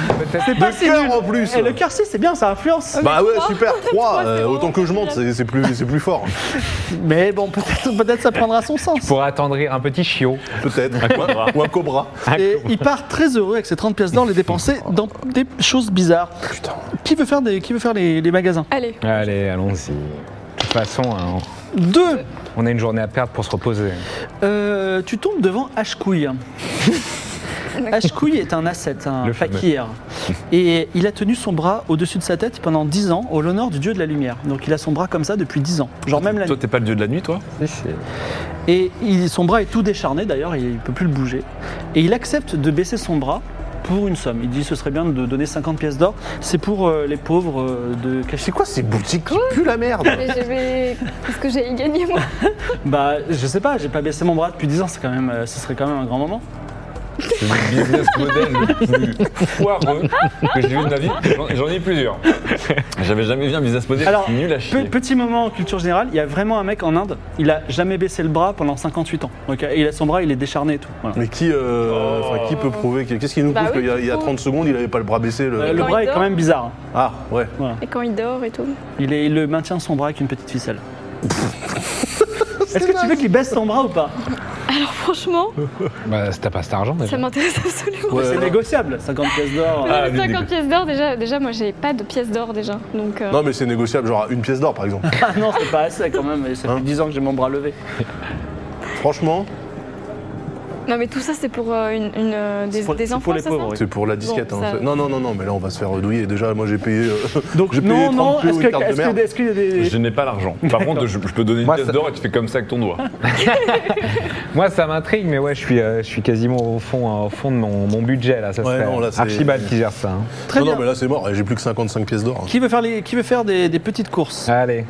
Bah, Peut-être.
Pas si
Le cœur
nul.
en plus
Et Eh, le cœur 6, c'est bien, ça influence.
Ah,
Bah ouais, super,
[laughs]
3, autant que je monte, c'est c'est plus, c'est plus fort, [laughs]
Mais bon, peut-être peut ça prendra son sens.
Pour attendrir un petit chiot.
peut-être. Ou un cobra.
Et il part très heureux avec ses 30 pièces d'or, les dépenser dans des choses bizarres.
Putain.
Qui veut faire, des, qui veut faire les, les magasins
Allez,
Allez, allons-y. De toute façon, hein,
Deux,
on a une journée à perdre pour se reposer.
euh, tu tombes devant Ashkouille. Ashkouille est un ascète, un
Le fameux.
fakir. Et il a tenu son bras au-dessus de sa tête pendant 10 ans, au l'honneur du dieu de la lumière. Donc il a son bras comme ça depuis 10 ans, genre même la
Toi,
nuit.
t'es pas le dieu de la nuit, toi
Et il- son bras est tout décharné d'ailleurs, il ne peut plus le bouger. Et il accepte de baisser son bras pour une somme. Il dit ce serait bien de donner 50 pièces d'or, c'est pour euh, les pauvres euh, de Cache-
C'est quoi ces boutiques qui puent la merde
mais j'avais. Qu'est-ce que j'ai gagné moi
[laughs] Bah, je sais pas, j'ai pas baissé mon bras depuis 10 ans, c'est quand même, euh, ce serait quand même un grand moment.
C'est le business model le plus foireux que j'ai vu de ma vie. J'en- J'en ai eu plusieurs. J'avais jamais vu un business model
Alors,
nul à
Pe-
chier.
petit moment en culture générale, il y a vraiment un mec en Inde, il a jamais baissé le bras pendant 58 ans. ok et il a son bras, il est décharné et tout. voilà.
Mais qui, euh, enfin, qui peut prouver que- Qu'est-ce qui nous
Bah
prouve
oui,
qu'il y a- il y a
faut-
30 secondes, il avait pas le bras baissé le...
Euh, le
Quand
bras
il
est quand
dort.
même bizarre. hein.
Ah, ouais.
Et quand il dort et tout.
Il, est- il le maintient son bras avec une petite ficelle.
[laughs]
Est-ce que tu veux qu'il baisse son bras ou pas
Alors franchement,
Bah, si t'as pas cet argent déjà.
ça m'intéresse absolument.
Ouais.
C'est négociable, 50 pièces d'or.
Ah,
Mais
lui,
50
lui.
pièces d'or déjà, déjà moi j'ai pas de pièces d'or déjà. Donc euh,
Non, mais c'est négociable, genre à une pièce d'or
[laughs]
par exemple.
[laughs] Ah non, c'est pas assez quand même, ça fait 10 ans que j'ai mon bras levé.
Franchement,
non mais tout ça c'est pour euh, une, une, euh, des,
C'est pour-
des
c'est
enfants
pour les
c'est
pauvres,
ça
oui.
c'est pour la disquette.
Bon,
hein.
ça-
Non, non, non, non, mais là on va se faire douiller. Déjà, moi j'ai payé. euh, [laughs]
Donc
j'ai payé
non,
30
non,
PO
est-ce
et
que-
carte de
est-ce qu'il
merde.
y a est-ce qu'il y a des...
Je n'ai pas l'argent. Par contre, je, je peux donner une
Moi,
pièce
ça-
d'or et tu fais comme ça avec ton doigt.
Moi, ça m'intrigue, mais ouais, je suis, euh, je suis quasiment au fond, hein, au fond de mon, mon budget là. Ça
Ouais,
serait
non, là, c'est-
Archibald qui gère ça. hein.
Très
non,
bien. Ah,
non, mais là c'est mort, Eh, j'ai plus que 55 pièces d'or.
Qui veut faire, les... Qui veut faire des, des petites courses
Allez,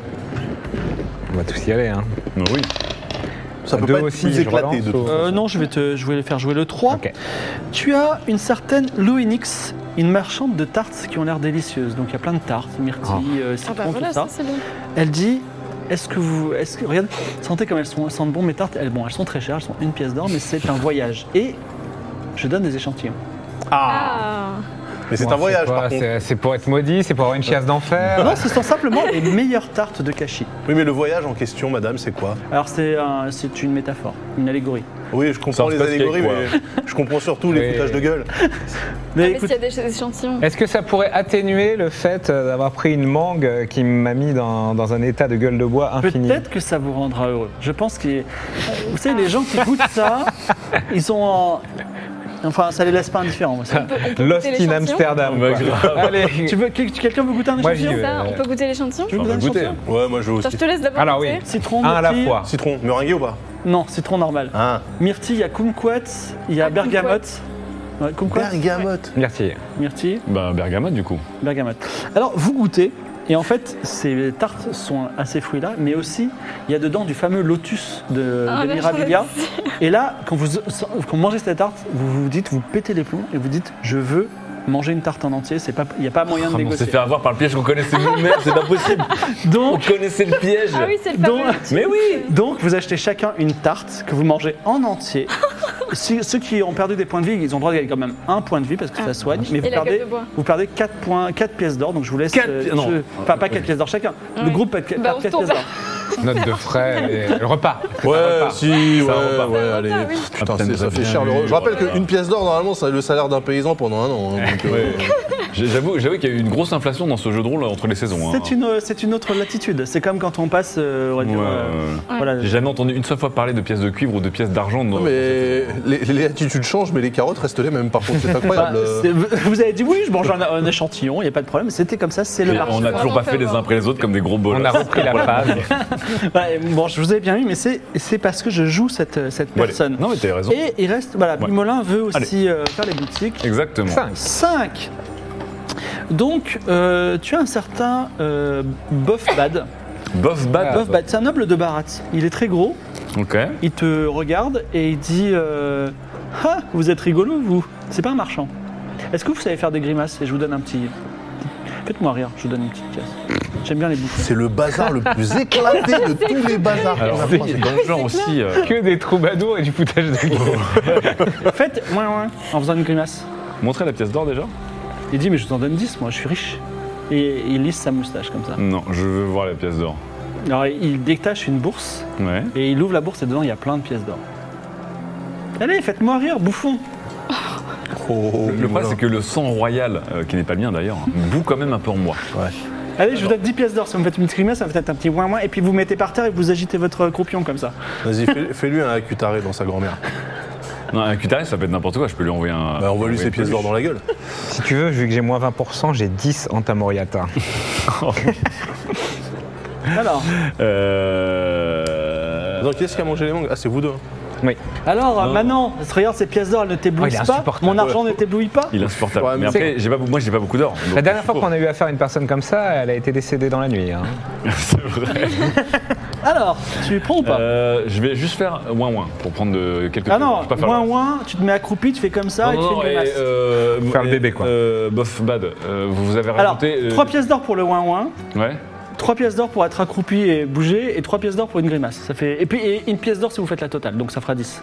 on va tous y aller. Hein.
Mais oui.
Ça peut
Deux
pas être
aussi,
plus
je
éclaté
relance
de
au-
Euh, non, je vais, te, je vais faire jouer le
Ah.
3.
Ok.
Tu as une certaine Loenix, une marchande de tartes qui ont l'air délicieuses. Donc il y a plein de tartes, myrtilles, euh,
Ah
citron,
bah voilà,
tout ça.
ça c'est bon.
Elle dit Est-ce que vous. Est-ce que. Regarde, sentez comme elles, sont, elles sentent bon mes tartes. Elles, bon, elles sont très chères, elles sont une pièce d'or, mais c'est un voyage. Et je donne des échantillons.
Ah,
Mais c'est
Moi,
un voyage
quoi,
par contre.
c'est- C'est pour être maudit, c'est pour avoir une chiasse d'enfer.
Non, ce sont simplement les meilleures tartes de Kashi.
Oui, mais le voyage en question, madame, c'est quoi
Alors c'est un- c'est une métaphore, une allégorie.
Oui, je
Ça
comprends
se
les
passe
allégories,
quoi
mais je comprends surtout les
Oui.
foutages de gueule.
Ah, Mais
mais
écoute,
s'il y a des échantillons.
Est-ce que ça pourrait atténuer le fait euh, d'avoir pris une mangue euh, qui m'a mis dans, dans un état de gueule de bois infini
Peut-être que ça vous rendra heureux. Je pense que. Vous savez, les gens qui goûtent [laughs] ça, ils sont en. Enfin, ça les laisse pas indifférents. moi, ça.
Eh, Lost
Goûter
in
l'échantillon
Amsterdam.
Bah,
quoi.
grave.
Allez.
Tu veux que- quelqu'un veut goûter un
Moi, j'y
échantillon
vais.
Ça,
Euh,
on peut goûter l'échantillon
Tu veux goûter un
Enfin, goûter.
échantillon
Ouais, moi je veux
Attends,
aussi.
Je te laisse d'abord.
Alors oui.
goûter.
Citron,
Un à la
myrtille-
fois.
Citron, meringué ou pas
Non, citron normal.
Ah,
Myrtille, il y a kumquat, il y a bergamote. Ouais, kumquat,
bergamote.
Merci.
myrtille,
Bah, bergamote, du coup.
bergamote. Alors, vous goûtez, et en fait, ces tartes sont à ces fruits-là, mais aussi, il y a dedans du fameux lotus de,
Ah,
de
la
Mirabilia. Et là, quand vous, quand vous mangez cette tarte, vous vous dites, vous pétez les plombs, et vous dites, je veux Manger une tarte en entier, c'est pas, il n'y a pas moyen de
Ah, mais on s'est
négocier.
fait avoir par le piège qu'on connaissait
[laughs]
nous-mêmes, c'est pas possible. On
Donc,
connaissait le piège.
Ah oui, c'est le
Donc-
fameux.
Mais oui
donc, vous achetez chacun une tarte que vous mangez en
[laughs]
entier. Si- ceux qui ont perdu des points de vie, ils ont le droit de gagner quand même un point de vie parce que ça soigne. Mais vous
Ah. Et la gueule
perdez,
de bois.
vous perdez 4, points, 4 pièces d'or. Donc je vous laisse.
Quatre
euh,
pi- non.
je- enfin, pas 4 pièces d'or chacun. Le
Oui.
groupe perd 4
Bah, on se
pièces
tourne.
d'or.
Note de frais et le repas.
Ouais, si, ouais,
Ça repart.
ouais,
Ça
allez.
repart, oui.
Putain,
Ah, putain,
c'est-
ça
ça fait
fait
cher
bien
le re-
vu.
Je rappelle qu'une pièce d'or, normalement, c'est le salaire d'un paysan pendant un an. hein, donc, euh,
J'avoue, j'avoue qu'il y a eu une grosse inflation dans ce jeu de rôle entre les saisons. hein.
C'est une, euh, c'est une autre latitude. C'est comme quand on passe. euh, on va dire,
Ouais,
euh,
ouais, ouais.
voilà,
J'ai jamais entendu une seule fois parler de pièces de cuivre ou de pièces d'argent. dans-
Non, mais les, les attitudes changent, mais les carottes restent les mêmes. Par contre, [laughs] c'est
Bah,
incroyable.
c'est- vous avez dit oui, je mange un, un échantillon, il n'y a pas de problème, c'était comme ça, c'est le
Et
marché.
on a
va
toujours
en
pas fait
faire
les
voir.
uns après les autres comme des gros bolos.
On a repris la phase.
Ouais, bon, je vous ai bien eu, mais c'est c'est parce que je joue cette, cette
Bon, allez.
personne.
Non mais t'as raison.
Et il reste, voilà,
Ouais.
Pimolin veut aussi euh, faire les boutiques.
Exactement.
Cinq.
5 Donc, euh, tu as un certain euh, Bofbad.
Ah, Bof bad.
Bofbad, c'est un noble de Barat. Il est très gros,
Ok.
il te regarde et il dit euh, Ah, vous êtes rigolo, vous C'est pas un marchand. Est-ce que vous savez faire des grimaces Et je vous donne un petit. Faites-moi rire, je vous donne une petite pièce. J'aime bien les bouffons.
[laughs]
C'est le bazar le plus éclaté
[laughs]
de tous les bazars.
Alors
qu'on a
c'est
[laughs] croisés.
dans le genre aussi. euh,
Que des troubadours et du foutage de gueule.
Oh.
Faites moins moins en faisant une grimace.
Montrer la pièce d'or déjà
Il dit mais je t'en donne 10 moi, je suis riche. Et il lisse sa moustache comme ça.
Non, je veux voir la pièce d'or.
Alors il détache une bourse
Ouais.
et il ouvre la bourse et dedans il y a plein de pièces d'or. Allez, faites-moi rire, bouffon
le problème c'est que le sang royal, euh, qui n'est pas le mien d'ailleurs, bout quand même un peu en moi.
Allez, je vous donne 10 pièces d'or, si vous me faites une petite grimace, ça me fait un petit moins moins et puis vous mettez par terre et vous agitez votre croupion comme ça.
Vas-y, fais- fais-lui un acutaré dans sa grand-mère.
Non, un cutaré ça peut être n'importe quoi, je peux lui envoyer un...
Bah, on voit lui
envoyer
ses
une
pièces d'or
peluche.
dans la gueule.
Si tu veux, vu que j'ai moins 20%, j'ai 10 en tamoriata.
Alors,
Euh...
Attends, qui est-ce qui a mangé les mangues Ah, c'est vous deux. hein.
Oui.
alors Manon, regarde ces pièces d'or, elles ne t'éblouissent
Oh, il est
pas,
insupportable.
mon argent ne t'éblouit pas.
Il est insupportable.
Ouais, mais
mais après, j'ai pas, moi j'ai pas beaucoup d'or. donc-
La dernière fois qu'on a eu affaire à une personne comme ça, elle a été décédée dans la nuit. hein.
[laughs] C'est vrai.
Alors, tu prends ou pas
Euh, je vais juste faire moins moins pour prendre de quelques
Ah
Je
non,
vais pas faire
moins
le-
moins, tu te mets accroupi, tu fais comme ça
Non,
et tu
non,
fais une
non, et,
grimace.
euh,
Faire le
et,
bébé, quoi.
euh, bof bad, euh, vous vous avez
Alors,
rajouté. euh,
3 pièces d'or pour le ouin ouin.
Ouais.
3 pièces d'or pour être accroupi et bouger, et 3 pièces d'or pour une grimace. Ça fait... Et puis et une pièce d'or si vous faites la totale, donc ça fera 10.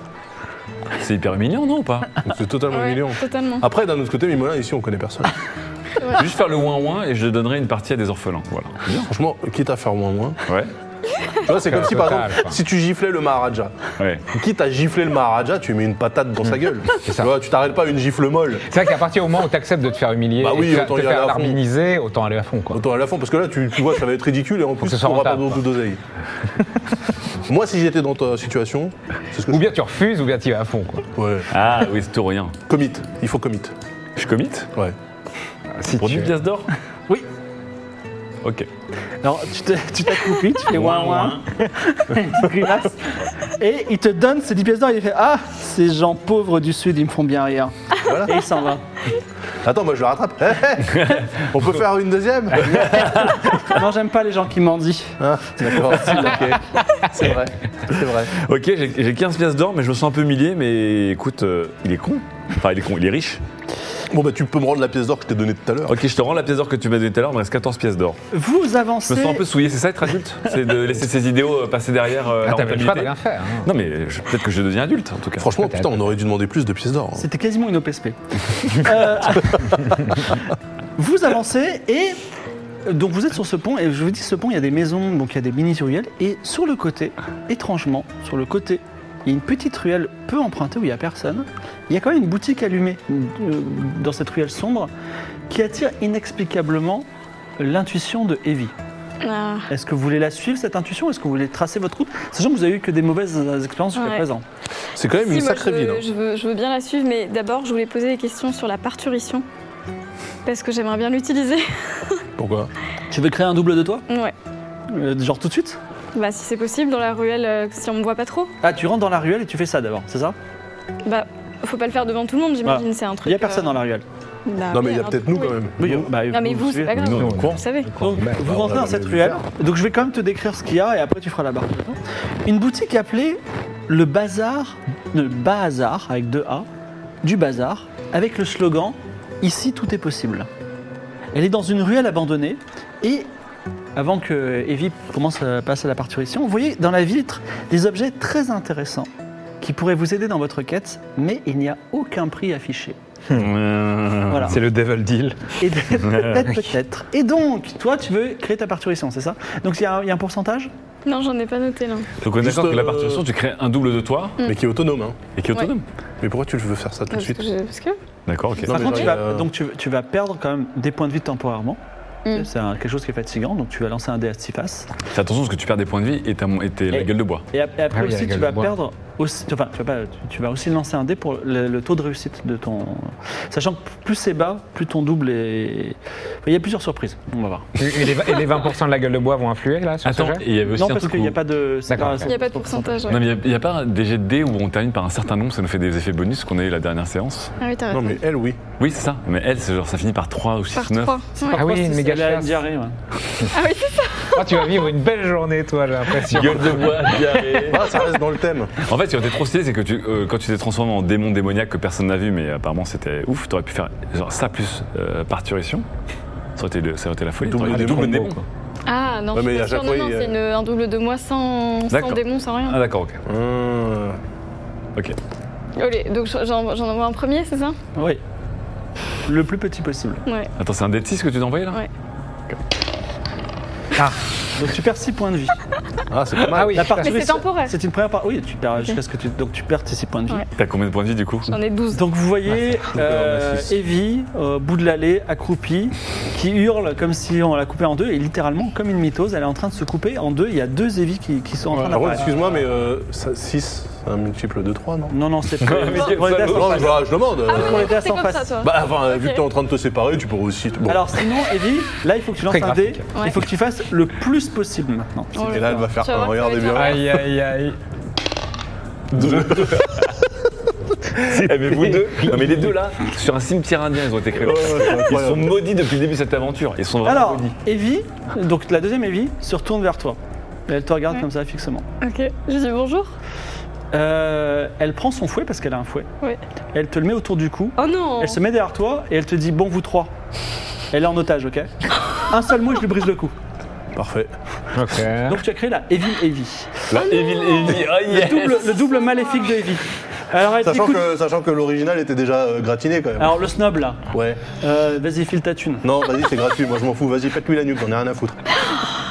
C'est hyper mignon, non ou pas
Donc, C'est totalement
Ouais,
humiliant.
totalement.
Après, d'un autre côté, Mimolin, ici, on connaît
[laughs]
personne.
Juste faire le ouin ouin et je donnerai une partie à des orphelins. Voilà.
Franchement, quitte à faire moins moins.
Ouais.
Tu vois, c'est comme si, par
Total,
exemple,
quoi.
si tu giflais le Maharaja.
Ouais.
Quitte à gifler le Maharaja, tu mets une patate dans sa gueule. Tu
Mm. ça.
vois, tu t'arrêtes pas à une gifle molle.
C'est vrai qu'à partir du moment où tu acceptes de te faire humilier,
Bah oui,
et de
autant
te
y aller
faire
à fond.
arbiniser, autant aller à fond. Quoi.
Autant à la fond, parce que là, tu, tu vois, ça va être ridicule et en plus,
que ce
tu
soit
n'auras pas
rentable,
beaucoup d'oseille. Moi, si j'étais dans ta situation, c'est ce que
Ou
je
bien tu refuses, ou bien tu y vas à fond. Quoi.
Ouais.
Ah oui, c'est tout ou rien.
Commit, il faut commit.
Je commit
Ouais.
Si
Pour
tu-
10 pièces d'or
Oui.
Ok.
Alors tu te- tu t'accroupis, tu fais ouin ouin, tu grimaces, et il te donne ces 10 pièces d'or, il fait Ah, ces gens pauvres du Sud, ils me font bien rire.
Voilà.
Et il s'en va.
Attends, moi je le rattrape. Hé,
[laughs]
hé, on peut faire une
Ah,
deuxième
Non, j'aime pas les gens qui mendient.
Ah,
[laughs]
D'accord, c'est ok. C'est vrai, c'est vrai.
Ok, j'ai j'ai 15 pièces d'or, mais je me sens un peu humilié, mais écoute, euh, il est con. Enfin, il est con, il est riche.
Bon, bah tu peux me rendre la pièce d'or que je t'ai donnée tout à l'heure.
Ok, je te rends la pièce d'or que tu m'as donnée tout à l'heure, il me reste 14 pièces d'or.
Vous
Je
avancez.
me sens un peu souillé, c'est ça être adulte C'est de laisser ses idéaux euh, passer derrière euh,
Ah,
la
t'as même pas de
rentabilité
rien faire. hein.
Non mais je- peut-être que je deviens adulte en tout cas.
Franchement, [laughs] putain, on aurait dû demander plus de pièces d'or. hein.
C'était quasiment une OPSP. [laughs] Euh, vous avancez et euh, donc vous êtes sur ce pont et je vous dis ce pont il y a des maisons donc il y a des mini ruelles et sur le côté étrangement sur le côté il y a une petite ruelle peu empruntée où il n'y a personne. Il y a quand même une boutique allumée euh, dans cette ruelle sombre qui attire inexplicablement l'intuition de Evie.
Ah,
Est-ce que vous voulez la suivre cette intuition Est-ce que vous voulez tracer votre route Sachant que vous avez eu que des mauvaises euh, expériences jusqu'à
Ouais.
présent.
C'est quand même
si,
une
moi,
sacrée
je,
ville. hein.
Je veux, je veux bien la suivre, mais d'abord, je voulais poser des questions sur la parturition. Parce que j'aimerais bien l'utiliser. [laughs]
Pourquoi
Tu veux créer un double de toi
Ouais.
Euh, Genre tout de suite
Bah, si c'est possible, dans la ruelle, euh, si on me voit pas trop.
Ah, tu rentres dans la ruelle et tu fais ça d'abord, c'est ça
Bah, faut pas le faire devant tout le monde, j'imagine, c'est un truc.
Il n'y a personne dans la ruelle. bah,
euh, bah,
Non, mais
oui,
il y a
alors,
peut-être nous
oui.
quand même.
Non, mais vous, c'est pas grave.
Nous, on est
Vous savez.
Donc, vous rentrez dans cette ruelle. Donc, Bah, euh, je vais quand même te décrire ce qu'il y a et après, tu feras la barre. Une boutique appelée le Bazar, le Bazar, avec deux A, du Bazar, avec le slogan Ici, tout est possible. Elle est dans une ruelle abandonnée et avant que Evie commence à passer à la parturition, vous voyez dans la vitre des objets très intéressants qui pourraient vous aider dans votre quête, mais il n'y a aucun prix affiché. Euh, Voilà.
C'est le devil deal. [laughs]
Et peut-être, peut-être. Et donc, toi, tu veux créer ta parturition, c'est ça Donc, il y, a un- il y a un pourcentage
Non, j'en ai pas noté là.
Donc on est
Juste,
d'accord que la
euh,
participation, tu crées un double de toi
Mais qui est autonome, hein.
et qui est
Ouais.
autonome.
Mais pourquoi tu veux faire ça tout de
Parce que,
suite
j'ai- parce que-
D'accord, ok.
Non,
Par
mais
contre,
genre,
tu
il y
vas,
euh,
a-
donc tu, tu vas perdre quand même des points de vie temporairement.
Mm.
C'est un- quelque chose qui est fatigant, donc tu vas lancer un dé à six faces.
Fais attention parce que tu perds des points de vie et t'as mon- et t'es
Et-
la gueule de bois.
Et ap- et après
Ah oui,
aussi,
la gueule
tu
de
vas
bois.
perdre aussi, enfin, tu vas, pas- tu- tu vas aussi lancer un dé pour le, le taux de réussite de ton. Sachant que plus c'est bas, plus ton double est. Il y a plusieurs surprises. On va voir.
Et et les, et les 20% de la gueule de bois vont influer là sur
Attends,
ce
et
jet
il y avait aussi
Non,
un
parce
truc
qu'il n'y a
où-
pas de. c'est
D'accord,
pas-
ok.
Il
c'est
n'y a pas de pourcentage. ouais.
Non, mais il n'y a, pas des jets de dés où on termine par un certain nombre, ça nous fait des effets bonus qu'on a eu la dernière séance.
Ah oui, t'as
Non,
raison.
mais elle, oui.
Oui, c'est ça. Mais elle, c'est genre, ça finit par 3 ou 6,
Par
9.
3.
Ah oui,
c'est-
une méga
elle a une
chasse.
diarrhée, ouais.
Oh, tu vas vivre une belle journée, toi, j'ai l'impression.
Gueule de bois, diarrhée.
Ah, ça reste dans le thème.
En fait, ce qui aurait été trop stylé, c'est que tu, euh, quand tu t'es transformé en démon démoniaque que personne n'a vu, mais apparemment c'était ouf, t'aurais pu faire genre ça plus euh, parturition. Ça aurait, été le- ça aurait été la folie.
Double
T'aurais eu
démon.
double démon.
Combo,
Ah non,
Ouais,
je suis
mais
pas
à
sûre,
chaque
non,
fois,
non,
il y a-
c'est une- un double de moi sans, sans
D'accord.
démon, sans rien.
Ah d'accord, ok.
Hum.
Ok.
Allez, donc j'en j'en envoie un premier, c'est ça
Oui. Le plus petit possible.
Ouais.
Attends, c'est un dé de 6 que tu t'es envoyé là
Ouais.
Donc tu perds 6 points de vie.
Ah, c'est pas mal.
Ah oui,
La
Mais
partie-
c'est temporaire.
C'est une première part. Oui, tu perds jusqu'à ce que tu. Donc tu perds tes 6 points de vie.
Ouais.
T'as combien de points de vie du coup
J'en ai 12.
Donc vous voyez euh, Evie euh, au bout de l'allée, accroupie, qui hurle comme si on la coupait en deux et littéralement comme une mitose, elle est en train de se couper en deux. Il y a deux Evie qui, qui sont en train
Par contre,
d'apparaître.
excuse-moi, mais 6, c'est un multiple de 3, non
Non
[laughs]
non, c'est pas. c'est pour les dés à
Non,
cent
mais
faces.
voilà, je demande.
C'est pour les dés à
C'est
cent
comme ça,
faces.
toi.
Bah, enfin, vu
Ah, Ok.
que t'es en train de te séparer, tu pourrais aussi. te- Bon.
Alors sinon, Evie, là il faut que tu lances
Très
un dé.
graphique.
Ouais.
Il faut que tu fasses le plus possible maintenant.
Oh
Et là, elle va faire
Tu vas
un.
voir, ça va
Regardez
être
bien.
un-
Aïe, aïe, aïe.
mais vous deux [laughs] Non mais les deux là, sur un cimetière indien, ils ont été créés.
Ouais, ouais, c'est
Ils sont
incroyable.
maudits depuis le début de cette aventure. Ils sont vraiment
Alors
maudits.
Evie, donc la deuxième Evie se retourne vers toi. Et elle te regarde
Ouais.
comme ça fixement.
Ok, je dis bonjour.
Euh, elle prend son fouet parce qu'elle a un fouet.
Ouais.
Elle te le met autour du cou.
Oh non
Elle se met derrière toi et elle te dit Bon, vous trois. Elle est en otage, ok Un seul mot et je lui brise le cou.
Parfait.
Ok.
Donc tu as créé la Evie Evie.
La Evil Evie, ah yes.
Double- le double maléfique de Evie. Alors elle
Sachant
t'écoute.
que, sachant que l'original était déjà euh, gratiné quand même.
Alors le snob là,
Ouais.
Euh, vas-y file ta thune.
Non, vas-y, c'est gratuit. Moi, je m'en fous. Vas-y, faites-lui la nuque. J'en ai rien à foutre.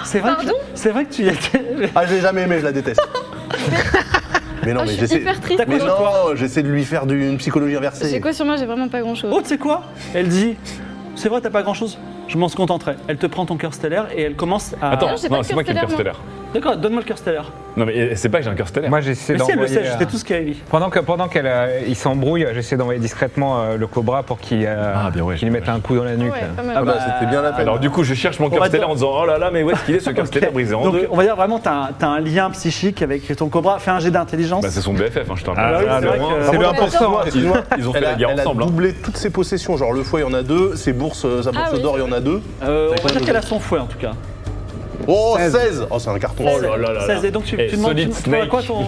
C'est vrai, que- c'est vrai que tu y étais.
Ah, je l'ai jamais aimé. Je
[laughs]
la déteste. Mais non,
Ah, Je
mais
suis
j'essaie.
hyper triste.
T'as
Mais
contre
non, j'essaie de lui faire du- une psychologie
J'ai
inversée.
quoi sur moi J'ai vraiment pas grand chose.
Oh, tu sais quoi Elle dit C'est vrai, t'as pas grand chose Je m'en se contenterai. Elle te prend ton cœur stellaire et elle commence à.
Attends,
Non, j'ai pas
non,
de
c'est moi qui ai le
cœur
cœur stellaire.
D'accord, donne-moi le cœur stellaire.
Non mais eh, c'est pas que j'ai un cœur stellaire.
Moi, j'essaie
Mais si elle
d'envoyer.
le sait, je
euh,
sais tout ce qu'il y a Evie.
Pendant que pendant qu'elle euh, il s'embrouille, j'essaie d'envoyer discrètement euh, le cobra pour qu'il euh,
Ah, bien ouais,
qu'il lui mette un coup dans la nuque.
Ouais,
là.
pas mal.
Ah bah, c'était bien la peine.
Alors du coup, je cherche mon cœur
va
stellaire
dire-
en disant oh là là, mais où est-ce qu'il
[laughs]
est ce cœur stellaire brisé en
Donc
deux
on va dire vraiment, t'as un, t'as un lien psychique avec ton cobra. Fais un jet d'intelligence.
Bah c'est son BFF, hein, je te rappelle.
Ah, oui, c'est vrai que-
C'est le
Par
1%,
contre, excuse-moi,
hein.
excuse-moi.
Ils- ils ont fait
Elle
la
a-
guerre
elle a
ensemble, hein.
doublé toutes ses possessions. Genre, le foie, il y en a deux. Ses bourses, euh, sa bourse
Ah oui.
d'or, il y en a deux.
Euh, on va
D'accord,
dire
je-
qu'elle a son fouet en tout cas.
Oh, 16, Oh, c'est un carton.
Oh là là là.
16 et donc tu,
Eh,
tu demandes, tu,
solide
tu demandes à
snake.
quoi
[laughs]
ton.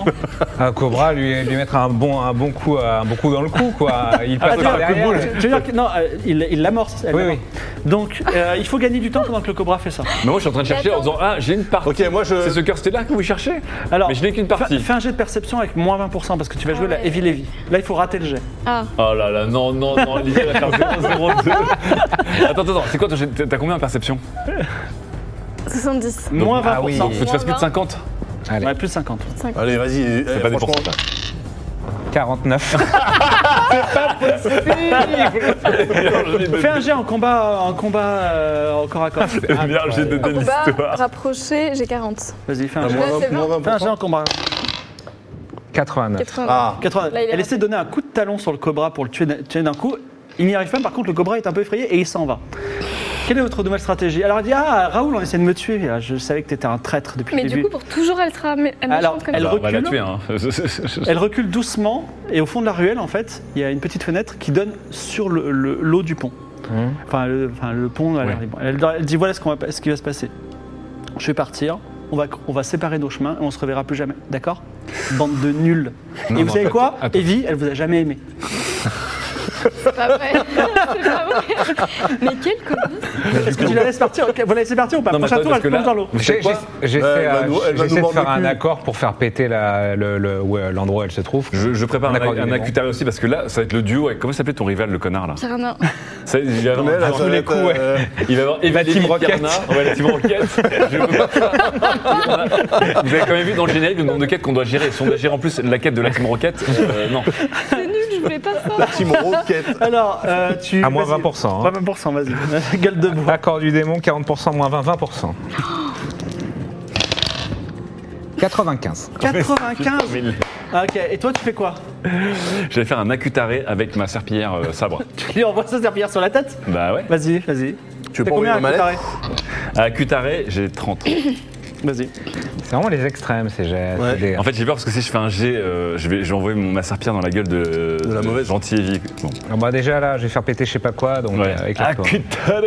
Un cobra lui lui mettre un bon un bon coup euh, un bon coup dans le cou
[laughs]
quoi. Il passe
Attends,
par derrière.
Ah, bah, tu veux dire que- non, euh, il il l'amorce. elle
Oui,
l'amorce. Donc euh, il faut gagner du temps pendant que le cobra fait
[laughs]
ça.
Mais moi, je suis en train de chercher en disant ah, j'ai une partie.
Ok, moi, je-
C'est ce cœur stellaire que vous cherchez
Alors,
Mais je n'ai qu'une partie.
Fais, fais un jet de perception avec moins 20% parce que tu vas jouer la
ouais.
Heavy Levy. Là il faut rater le jet.
Ah,
Oh là là, non, non, non, Olivier va
[laughs]
faire 0,02. Attends, attends, attends, c'est quoi ton- T'as combien en perception
bah,
70.
moins 20%.
ah oui.
Faut que tu fasses plus de 50
Allez,
Ouais, plus de 50.
Allez, vas-y. eh,
C'est pas des
franchement,
pourcentages.
49.
Fais un jet en combat, en combat euh, en corps à
[laughs]
corps.
Bien, j'ai de
Au bas,
l'histoire.
rapproché, j'ai 40.
Vas-y,
Ah,
fais un jet.
Moins
Ouais, c'est
20, moins
Fais un jet
20%.
en combat.
89.
80.
Ah,
80.
Là, il est
Elle
raté.
essaie de donner un coup de talon sur le cobra pour le tuer d'un- tuer d'un coup. Il n'y arrive pas, par contre le cobra est un peu effrayé et il s'en va. Quelle est votre nouvelle stratégie Alors elle dit Ah, Raoul, on essaie de me tuer. Ah, Je savais que t'étais un traître depuis
Mais
le début.
du coup, pour toujours, elle sera mé- méchante
Alors,
comme
elle
ça.
Bah, On va la
recule.
tuer, hein.
[laughs] Elle recule doucement et au fond de la ruelle, en fait, il y a une petite fenêtre qui donne sur le- le- l'eau du pont. Enfin, le, enfin, le pont à l'air
Mmh. Ouais.
libre. Elle, elle dit voilà ce, qu'on va, ce qui va se passer. Je vais partir, on va, on va séparer nos chemins et on se reverra plus jamais. D'accord Bande de nuls. et vous savez quoi
attends.
Evie, elle vous a jamais aimé.
pas
[laughs]
vrai. c'est pas vrai. Mais quel commun.
Est-ce que tu la laisses partir Ok, Vous la laissez partir ou pas
Non, mais
Prochain
attends,
tour, elle
parce que
plonge
là-
dans l'eau.
Vous savez
J'ai-
quoi
j'ai- J'essaie
Euh, elle va
euh,
nous- elle va
j'essaie
nous
de
mordre
faire
le
un
cul.
accord pour faire péter la- le- le- ouais, l'endroit où elle se trouve.
Je, je prépare
Un
un,
accord
un
du
Aquitaria aussi parce que là, ça va être le duo avec. Comment s'appelait ton rival, le connard là
Tiernan.
Ça, Il va y
Mais
avoir
là,
un-
ça va être, euh,
il va y avoir Evelyne
Team Rocket.
Tierna. Ouais, la Team Rocket. [laughs] Je veux pas ça. Il y en a- [laughs] Vous avez quand même vu dans le générique le nombre de quêtes qu'on doit gérer. Si on doit gérer en plus la quête de la Team Rocket, euh, non.
C'est nul, je voulais pas ça.
Bah,
La team Rocket.
[laughs]
Alors, euh, tu.
À moins
vas-y.
20%, hein.
20%, vas-y. [laughs] Gueule de bois.
Accord du démon, 40%, moins 20, 20%. 95.
95
Mais il-
Ah, Ok, et toi, tu fais quoi
J'allais faire un acutaré avec ma serpillière euh, sabre.
Tu lui envoies sa serpillière sur la tête
Bah ouais.
Vas-y, vas-y.
Tu veux
Fais
pas envoyer
combien
la
à
mallette
comparer
Acutaré, j'ai 30.
Vas-y.
C'est vraiment les extrêmes, ces gestes.
Ouais.
Des-
En fait, j'ai peur parce que si je fais un G, euh, je, vais, je vais envoyer mon- ma serpillière dans la gueule de,
De la mauvaise.
Gentil Evie. Bon.
Ah bah déjà là, je vais faire péter je sais pas quoi, donc
Ouais. Ah,
euh, éclate-toi.
Acutaré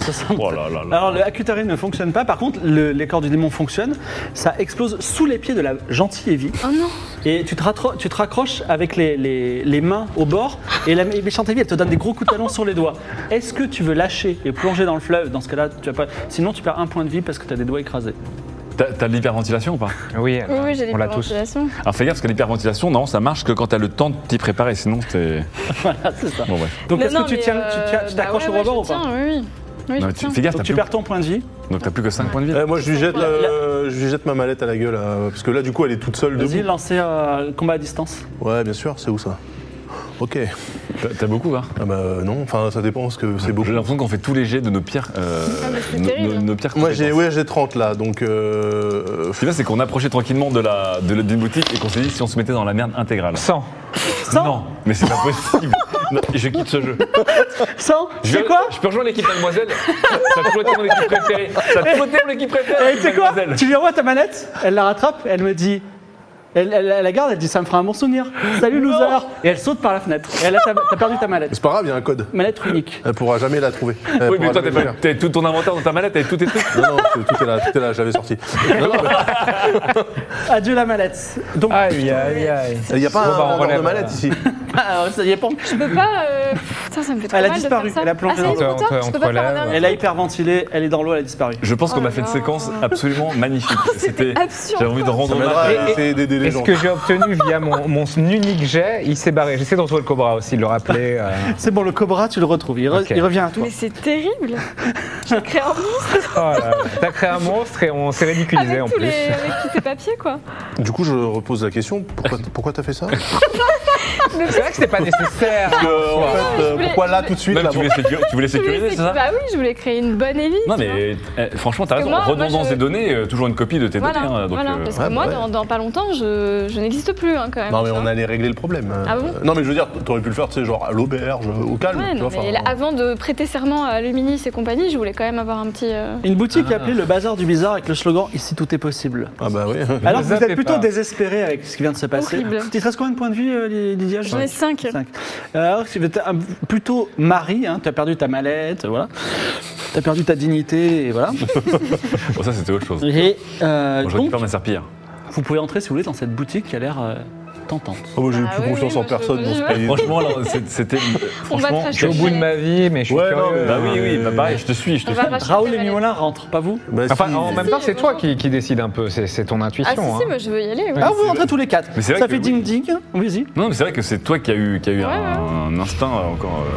Ça sent-
Oh là là là.
Alors, le Acutari ne fonctionne pas. Par contre, le- les corps du démon fonctionnent. Ça explose sous les pieds de la gentille Evie.
Oh non.
Et tu te, rattro- tu te raccroches avec les, les- les mains au bord. Et la mé- méchante Evie, elle te donne des gros coups de talon sur les doigts. Est-ce que tu veux lâcher et plonger dans le fleuve Dans ce cas-là, tu vas pas. Sinon, tu perds un point de vie parce que tu as des doigts écrasés.
T'as t'as de l'hyperventilation ou pas
Oui,
Oui, oui, j'ai
on l'a tous.
l'hyperventilation.
Alors fais gaffe parce que l'hyperventilation, non, ça marche que quand t'as le temps de t'y préparer, sinon t'es.
voilà, Ah, c'est ça.
Bon bref.
Donc,
Mais
est-ce que
non,
tu
mais,
tiens-
euh,
tu tiens- tu
bah
t'accroches
ouais,
au rebord
ouais,
ou pas
je tiens, Oui, oui. Oui, je
Non, tu-
tiens.
fais gaffe, t'as
Donc, tu
plus,
perds ton point de vie.
donc t'as plus que 5 points de vie.
Eh, Moi, je lui jette, la- je lui jette ma mallette à la gueule. euh, Parce que là, du coup, elle est toute seule
Vas-y,
debout.
lancer euh, combat à distance.
Ouais, bien sûr, c'est où ça Ok.
T'as- T'as beaucoup, hein
Ah bah euh, non, enfin, ça dépend ce que c'est
J'ai
beaucoup.
l'impression qu'on fait tous les jets de nos pires. euh,
Ah, mais c'est
nos-
terrible.
nos- nos pires
Moi, j'ai
compétences.
ouais, j'ai 30 là, donc. euh,
Ce qui est bien, c'est qu'on approchait tranquillement de la de la- d'une boutique et qu'on s'est dit si on se mettait dans la merde intégrale.
100.
Non, mais c'est pas possible. Non, je quitte ce jeu.
100
Je
C'est
vais-
quoi
Je peux rejoindre l'équipe mademoiselle. Ça a toujours été mon équipe préférée. Ça a toujours été mon équipe préférée.
Et Eh, tu sais quoi
mademoiselle.
Tu lui envoies ta manette, elle la rattrape, elle me dit. Elle, elle- elle la garde, elle dit ça me fera un bon souvenir. Salut loser Et elle saute par la fenêtre. Et elle a ta- t'as perdu ta mallette.
C'est pas grave, il y a un code.
Mallette unique.
Elle pourra jamais la trouver. Elle
Oui, mais
pourra
toi, t'as
jamais
pas- t'as tout ton inventaire dans ta mallette, t'as tous tes trucs.
le faire. Non, non, c'est- tout est là, tout est là, j'avais sorti. Non, non,
Adieu la mallette. Donc,
Aïe, aïe, aïe.
Il n'y a pas
Bon,
un
bah, on
vendeur
relève,
de mallette
là.
ici.
ah, ça y est pas.
Je peux pas. euh, Putain, ça me fait trop
Elle a
mal de
disparu,
faire ça.
elle a plongé
Ah,
dans
ça y est,
l'eau.
trop tard,
On
je
te-
peux
on
pas
te
faire
relève.
un
Elle a hyperventilé, elle est dans l'eau, elle a disparu.
Je pense qu'on
Oh
a fait une
là.
séquence absolument magnifique. C'était.
absurde.
J'ai envie de rendre
Ça
hommage
m'aidera
à-
à
Et- et-
essayer d'aider les
Et ce
gens.
que j'ai obtenu via mon, mon unique jet, il s'est barré. J'essaie de retrouver le cobra aussi, de le rappeler. euh.
C'est bon, le cobra, tu le retrouves. Il, re-
Ok.
il revient à toi.
Mais c'est terrible. J'ai
[laughs]
créé un monstre
Oh là là. T'as créé un monstre et on s'est ridiculisé en
avec tous
plus.
les avec tous ces papiers quoi.
Du coup, je repose la question pourquoi, pourquoi t'as fait ça
C'est vrai que c'était pas
[laughs]
nécessaire.
[laughs] Euh, En fait, euh,
voulais-
pourquoi là
je
tout de suite
Même,
là,
tu, voulais sécuriser, tu voulais
Je voulais-
sécuriser, [laughs] c'est ça
Bah oui, je voulais créer une bonne Evie.
Non
tu vois.
mais eh, franchement t'as
Parce que
raison,
moi- moi,
redondance
je-
des données, euh, toujours une copie de tes
Voilà,
données. hein, donc,
voilà,
euh,
parce
ouais,
que moi,
bah ouais.
dans, dans pas longtemps, je, je n'existe plus hein, quand même.
Non mais
tu
on
vois.
allait régler le problème. Euh,
Ah bon
non mais je veux dire, t'aurais pu le faire, tu sais, genre à l'auberge, au calme.
Ouais,
tu
non,
vois,
mais là, ah,
enfin,
avant de prêter serment à Luminis et compagnie, je voulais quand même avoir un petit. euh,
Une boutique
Ah.
appelée le bazar du bizarre avec le slogan Ici tout est possible.
Ah bah oui.
Alors
Ne
que vous êtes
zappez
plutôt
pas.
désespéré avec ce qui vient de se passer.
Horrible.
Tu te reste combien de points de vie, euh, Lydia
J'en ai
sais-
5.
Cinq. Alors, tu veux- t'as un- plutôt Marie, hein, tu as perdu ta mallette, voilà. Tu as perdu ta dignité, et voilà.
bon, ça c'était autre chose.
Et euh,
Bon, je
donc,
récupère ma serpillère.
vous pouvez entrer si vous voulez dans cette boutique qui a l'air euh, tentante.
Oh, moi, j'ai
Ah
plus
oui,
confiance
oui,
en
moi,
personne
je-
dans ce
je-
pays.
Franchement là, c'est- c'était...
[laughs] On va
Franchement,
trash-
Je suis au bout de ma vie, mais je suis
Ouais, non,
curieux.
bah oui, oui, bah pareil, je te suis, je te
On
suis.
va racheter
Raoul
des
et
mallettes.
Mimolin rentrent, pas vous
Bah,
Enfin,
si.
en même
Si,
temps, c'est toi
bonjour.
qui, qui décide un peu, c'est c'est ton
Ah
intuition.
si,
hein.
si, moi je veux y aller. oui.
Ah, vous rentrez tous les quatre.
Mais c'est vrai
Ça
que
fait
oui.
ding-ding. Vas-y.
Non mais c'est vrai que c'est toi qui as eu, qui a eu
Ouais,
un,
ouais.
un instinct euh, encore... euh,